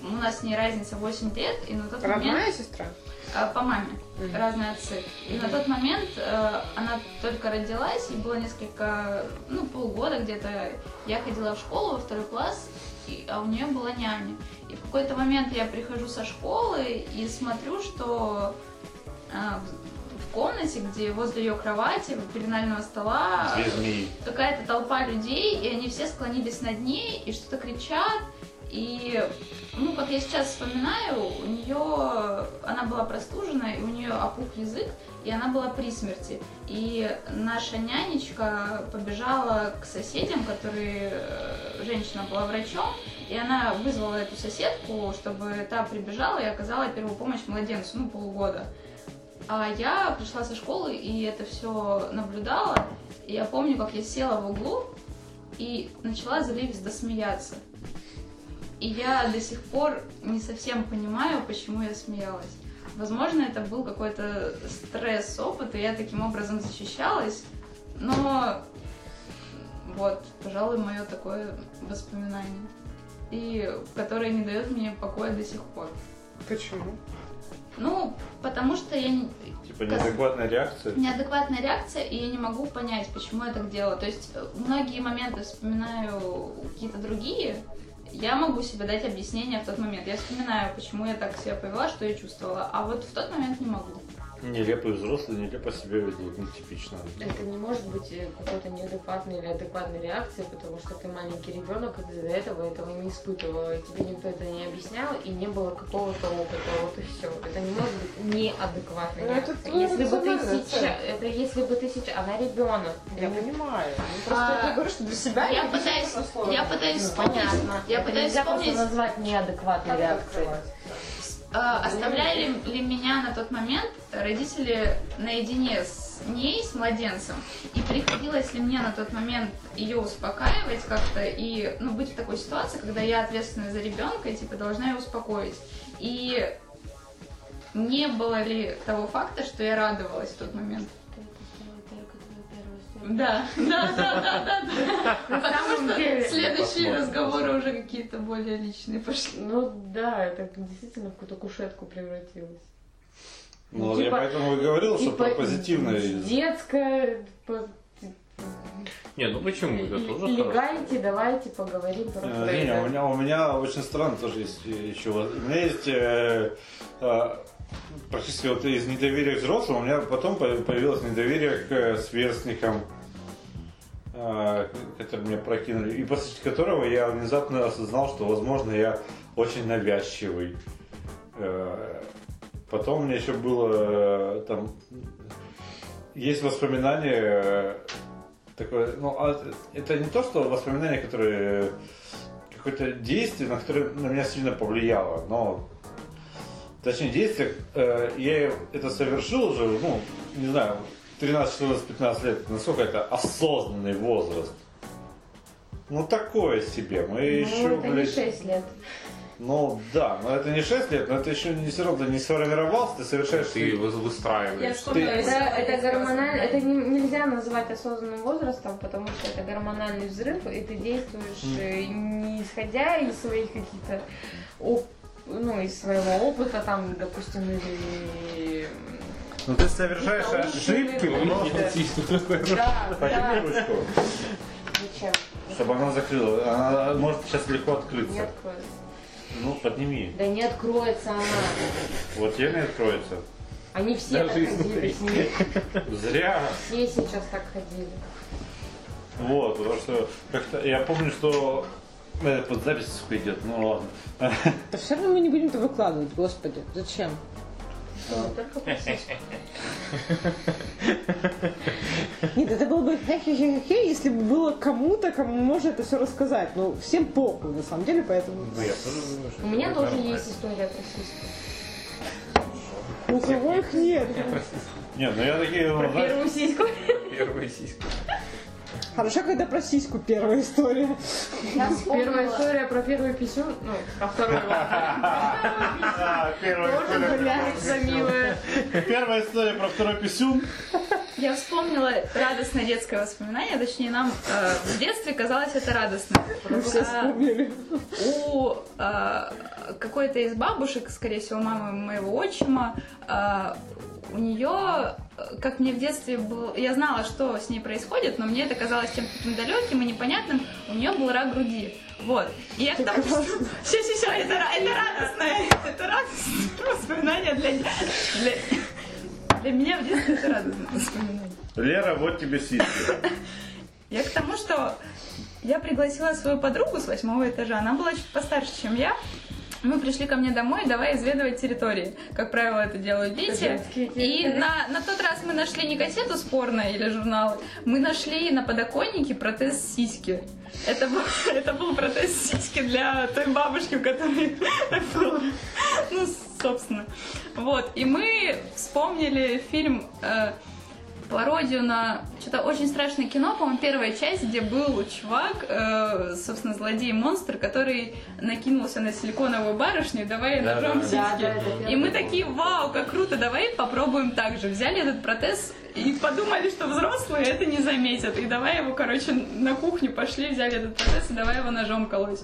Speaker 5: у нас с ней разница 8 лет, и на тот момент
Speaker 4: Родная сестра?
Speaker 5: э, по маме.
Speaker 4: Мгм.
Speaker 5: разные отцы. И на тот момент э, она только родилась, и было несколько, ну, полгода где-то. Я ходила в школу во второй класс, и- а у нее была няня. И в какой-то момент я прихожу со школы и смотрю, что э, в- в комнате, где возле ее кровати, у перинального стола,
Speaker 1: Две змеи.
Speaker 5: какая-то толпа людей, и они все склонились над ней и что-то кричат. И, ну, как я сейчас вспоминаю, у нее, она была простужена, и у нее опух язык, и она была при смерти. И наша нянечка побежала к соседям, которые, э, женщина была врачом, и она вызвала эту соседку, чтобы та прибежала и оказала первую помощь младенцу, ну, полгода. А я пришла со школы и это все наблюдала. И я помню, как я села в углу и начала заливисто смеяться. И я до сих пор не совсем понимаю, почему я смеялась. Возможно, это был какой-то стресс опыт, и я таким образом защищалась. Но вот, пожалуй, мое такое воспоминание. И которое не дает мне покоя до сих пор.
Speaker 4: Почему?
Speaker 5: Ну, потому что я не-
Speaker 1: Типа неадекватная реакция.
Speaker 5: неадекватная реакция, и я не могу понять, почему я так делала. То есть э, многие моменты вспоминаю какие-то другие, я могу себе дать объяснение в тот момент. Я вспоминаю, почему я так себя повела, что я чувствовала, а вот в тот момент не могу.
Speaker 1: Нелепые взрослые нелепо себя ведут, ну типично.
Speaker 3: Это не может быть э, какой-то неадекватной или адекватной реакцией, потому что ты маленький ребенок, и ты до этого этого не испытывала, и тебе никто это не объяснял, и не было какого-то опыта, вот и все. Это не может быть неадекватной
Speaker 4: Ну, это
Speaker 3: реакцией. если бы ты
Speaker 4: иррациональная
Speaker 3: сейчас,
Speaker 4: оценка.
Speaker 3: это если бы ты сейчас, она ребенок.
Speaker 4: Я понимаю. Ну, Просто
Speaker 5: А,
Speaker 4: я говорю, что для себя
Speaker 5: я
Speaker 4: не вижу
Speaker 5: пытаюсь-
Speaker 4: этого слова.
Speaker 5: я пытаюсь
Speaker 4: Ну,
Speaker 5: вспомнить. Я пытаюсь
Speaker 3: нельзя просто
Speaker 5: вспомнить.
Speaker 3: назвать неадекватной
Speaker 4: как
Speaker 3: реакцией.
Speaker 4: открывать?
Speaker 5: Э, Оставляли ли меня на тот момент родители наедине с ней, с младенцем? И приходилось ли мне на тот момент ее успокаивать как-то и ну, быть в такой ситуации, когда я ответственна за ребенка и типа должна ее успокоить? И не было ли того факта, что я радовалась в тот момент?
Speaker 6: что это было только твой первый стрим.
Speaker 5: Да, да, да, да, да, да. Потому что
Speaker 3: деле.
Speaker 5: следующие
Speaker 1: Посмотрим,
Speaker 5: разговоры уже какие-то более личные пошли.
Speaker 3: Ну да, это действительно в какую-то кушетку превратилось.
Speaker 1: Ну, я
Speaker 3: Типа-
Speaker 1: поэтому и говорил, что про
Speaker 3: Типа
Speaker 1: позитивное.
Speaker 3: Детское, по-
Speaker 2: Не, ну почему? Это тоже хорошо.
Speaker 3: легайте, давайте поговорим про
Speaker 1: Э,
Speaker 3: это.
Speaker 1: Не, у меня, у меня очень странно тоже есть э, еще. вот. У меня есть э, э, практически вот из недоверия к взрослым, у меня потом по- появилось недоверие к э, сверстникам, э, которые меня прокинули, и после которого я внезапно осознал, что, возможно, я очень навязчивый. Э, Потом у меня еще было э, там есть воспоминания э, такое, ну, а это не то, что воспоминания, которые э, какое-то действие, на которое на меня сильно повлияло, но точнее действие, э, я это совершил уже, ну, не знаю, 13, 14, 15 лет, насколько это осознанный возраст. Ну такое себе. Мы еще,
Speaker 3: Ну, это не
Speaker 1: блядь,
Speaker 3: 6 лет.
Speaker 1: ну да, но это не 6 лет, но ты еще не все равно не сформировался, ты совершаешь
Speaker 2: Ты вы-
Speaker 5: Я
Speaker 2: выстраиваешь.
Speaker 5: сколько
Speaker 1: ты-
Speaker 5: раз
Speaker 3: Это, это
Speaker 5: сказала.
Speaker 3: гормонально, это не- нельзя называть осознанным возрастом, потому что это гормональный взрыв, и ты действуешь э, не исходя из своих каких-то оп- ну, из своего опыта, там, допустим, или...
Speaker 1: Ну ты совершаешь
Speaker 3: Ну,
Speaker 1: ошибки,
Speaker 3: ну,
Speaker 1: просто
Speaker 3: Да, да.
Speaker 1: потихонечку.
Speaker 3: Зачем?
Speaker 1: Чтобы она закрыла. Она может сейчас легко
Speaker 3: Не
Speaker 1: открыться.
Speaker 3: откроется.
Speaker 1: Ну, подними.
Speaker 3: Да не откроется она.
Speaker 1: Вот я не откроется.
Speaker 3: Они все так
Speaker 2: Даже
Speaker 3: ходили с ней.
Speaker 1: Зря.
Speaker 3: Все сейчас так ходили.
Speaker 1: Вот, потому что как-то я помню, что э, под запись сука, идет, ну ладно.
Speaker 4: Да все равно мы не будем это выкладывать, господи. Зачем?
Speaker 3: Что, только посиску.
Speaker 4: Нет, это было бы хе-хе-хе-хе, если бы было кому-то, кому можно это все рассказать. Но всем похуй, на самом деле, поэтому...
Speaker 2: Ну, я тоже думаю, что
Speaker 3: У меня
Speaker 2: это
Speaker 3: тоже
Speaker 2: нормально.
Speaker 3: есть история про сиську.
Speaker 4: У кого их нет?
Speaker 1: Не, ну я такие, ну, знаешь,
Speaker 3: Первую сиську.
Speaker 2: Первая сиська.
Speaker 4: Хорошо, когда про сиську первая история.
Speaker 6: Я вспомнила.
Speaker 3: Первая история про первую писюн, ну, про вторую.
Speaker 1: а, первая
Speaker 3: Тоже,
Speaker 1: история.
Speaker 3: блядь, милая.
Speaker 1: Первая история про второй писюн.
Speaker 5: Я вспомнила радостное детское воспоминание, точнее нам э, в детстве казалось это радостным.
Speaker 4: Мы все
Speaker 5: А,
Speaker 4: вспомнили.
Speaker 5: у э, какой-то из бабушек, скорее всего, мамы моего отчима, э, у нее, э, как мне в детстве было, я знала, что с ней происходит, но мне это казалось чем-то таким далеким и непонятным, у нее был рак груди. Вот. И я к тому, что... Все, все, все, это, ра- это радостное, это радостное воспоминание для... для- для меня в детстве это радостное воспоминание.
Speaker 1: Лера, вот тебе сиськи.
Speaker 5: Я к тому, что я пригласила свою подругу с восьмого этажа. Она была чуть постарше, чем я. Мы пришли ко мне домой, давай изведывать территории. Как правило, это делают дети.
Speaker 3: Женские
Speaker 5: И
Speaker 3: территории.
Speaker 5: на, на тот раз мы нашли не кассету с порно или журнал, мы нашли на подоконнике протез сиськи. Это был, это был протез сиськи для той бабушки, у которой было. Ну, собственно. Вот. И мы вспомнили фильм э, пародию на что-то очень страшное кино, по-моему, первая часть, где был чувак, э, собственно, злодей-монстр, который накинулся на силиконовую барышню, давай
Speaker 2: Да,
Speaker 5: ножом
Speaker 2: да,
Speaker 5: сиськи.
Speaker 3: Да, да, это
Speaker 5: И
Speaker 3: первая.
Speaker 5: мы такие, вау, как круто, давай попробуем так же. Взяли этот протез и подумали, что взрослые это не заметят. И давай его, короче, на кухню пошли, взяли этот протез и давай его ножом колоть.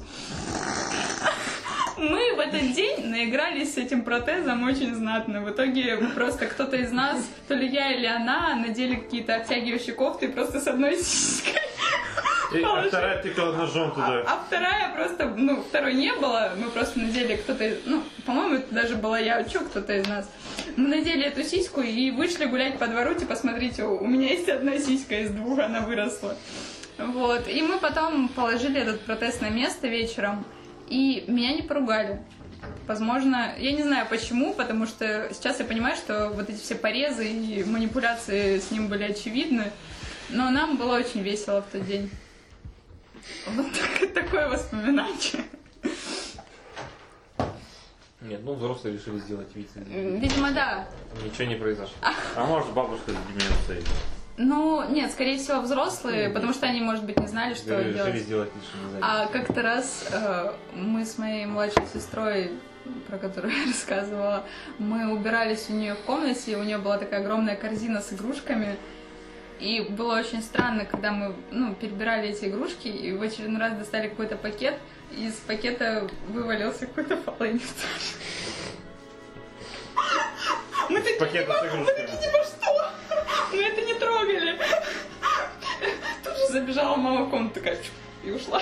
Speaker 5: Мы в этот день наигрались с этим протезом очень знатно. В итоге просто кто-то из нас, то ли я или она, надели какие-то обтягивающие кофты и просто с одной сиськой.
Speaker 1: И а
Speaker 5: Положи.
Speaker 1: вторая тыкала ножом туда.
Speaker 5: А вторая просто, ну, второй не было, мы просто надели кто-то, из- ну, по-моему, это даже была я, а чё, кто-то из нас. Мы надели эту сиську и вышли гулять по двору, типа, смотрите, у у меня есть одна сиська из двух, она выросла. Вот, и мы потом положили этот протест на место вечером, и меня не поругали. Возможно, я не знаю почему, потому что сейчас я понимаю, что вот эти все порезы и манипуляции с ним были очевидны, но нам было очень весело в тот день. Вот так- такое воспоминание.
Speaker 2: Нет, ну взрослые решили сделать вид. из-
Speaker 5: Видимо, да.
Speaker 2: Ничего не произошло.
Speaker 1: А может бабушка с деменцией.
Speaker 5: Ну, нет, скорее всего, взрослые, потому что они, может быть, не знали, А что
Speaker 2: Решили
Speaker 5: делать.
Speaker 2: сделать лишним незаметно.
Speaker 5: А как-то раз э, мы с моей младшей сестрой, про которую я рассказывала, мы убирались у нее в комнате, и у нее была такая огромная корзина с игрушками. И было очень странно, когда мы ну, перебирали эти игрушки, и в очередной раз достали какой-то пакет, и из пакета вывалился какой-то полынец. Мы
Speaker 3: А,
Speaker 5: такие,
Speaker 1: Пакеты с игрушками.
Speaker 5: типа что? Мы это не трогали. Тут же забежала мама в комнату такая «Чук», и ушла.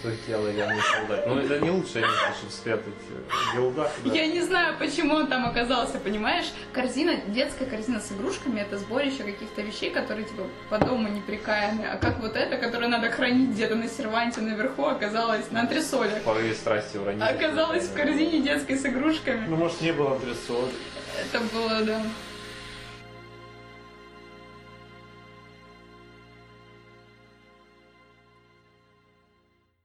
Speaker 2: Что тело я не солдат. Ну это не лучше, чтобы спрятать э, гелга. туда.
Speaker 5: Я не знаю, почему он там оказался, понимаешь? Корзина, детская корзина с игрушками, это сборище каких-то вещей, которые, типа, по дому неприкаяны. А как вот это, которое надо хранить где-то на серванте наверху, оказалось на антресолях.
Speaker 2: В порыве страсти уронил.
Speaker 5: Оказалось в корзине детской с игрушками.
Speaker 1: Ну может не было антресоли.
Speaker 5: Это было, да.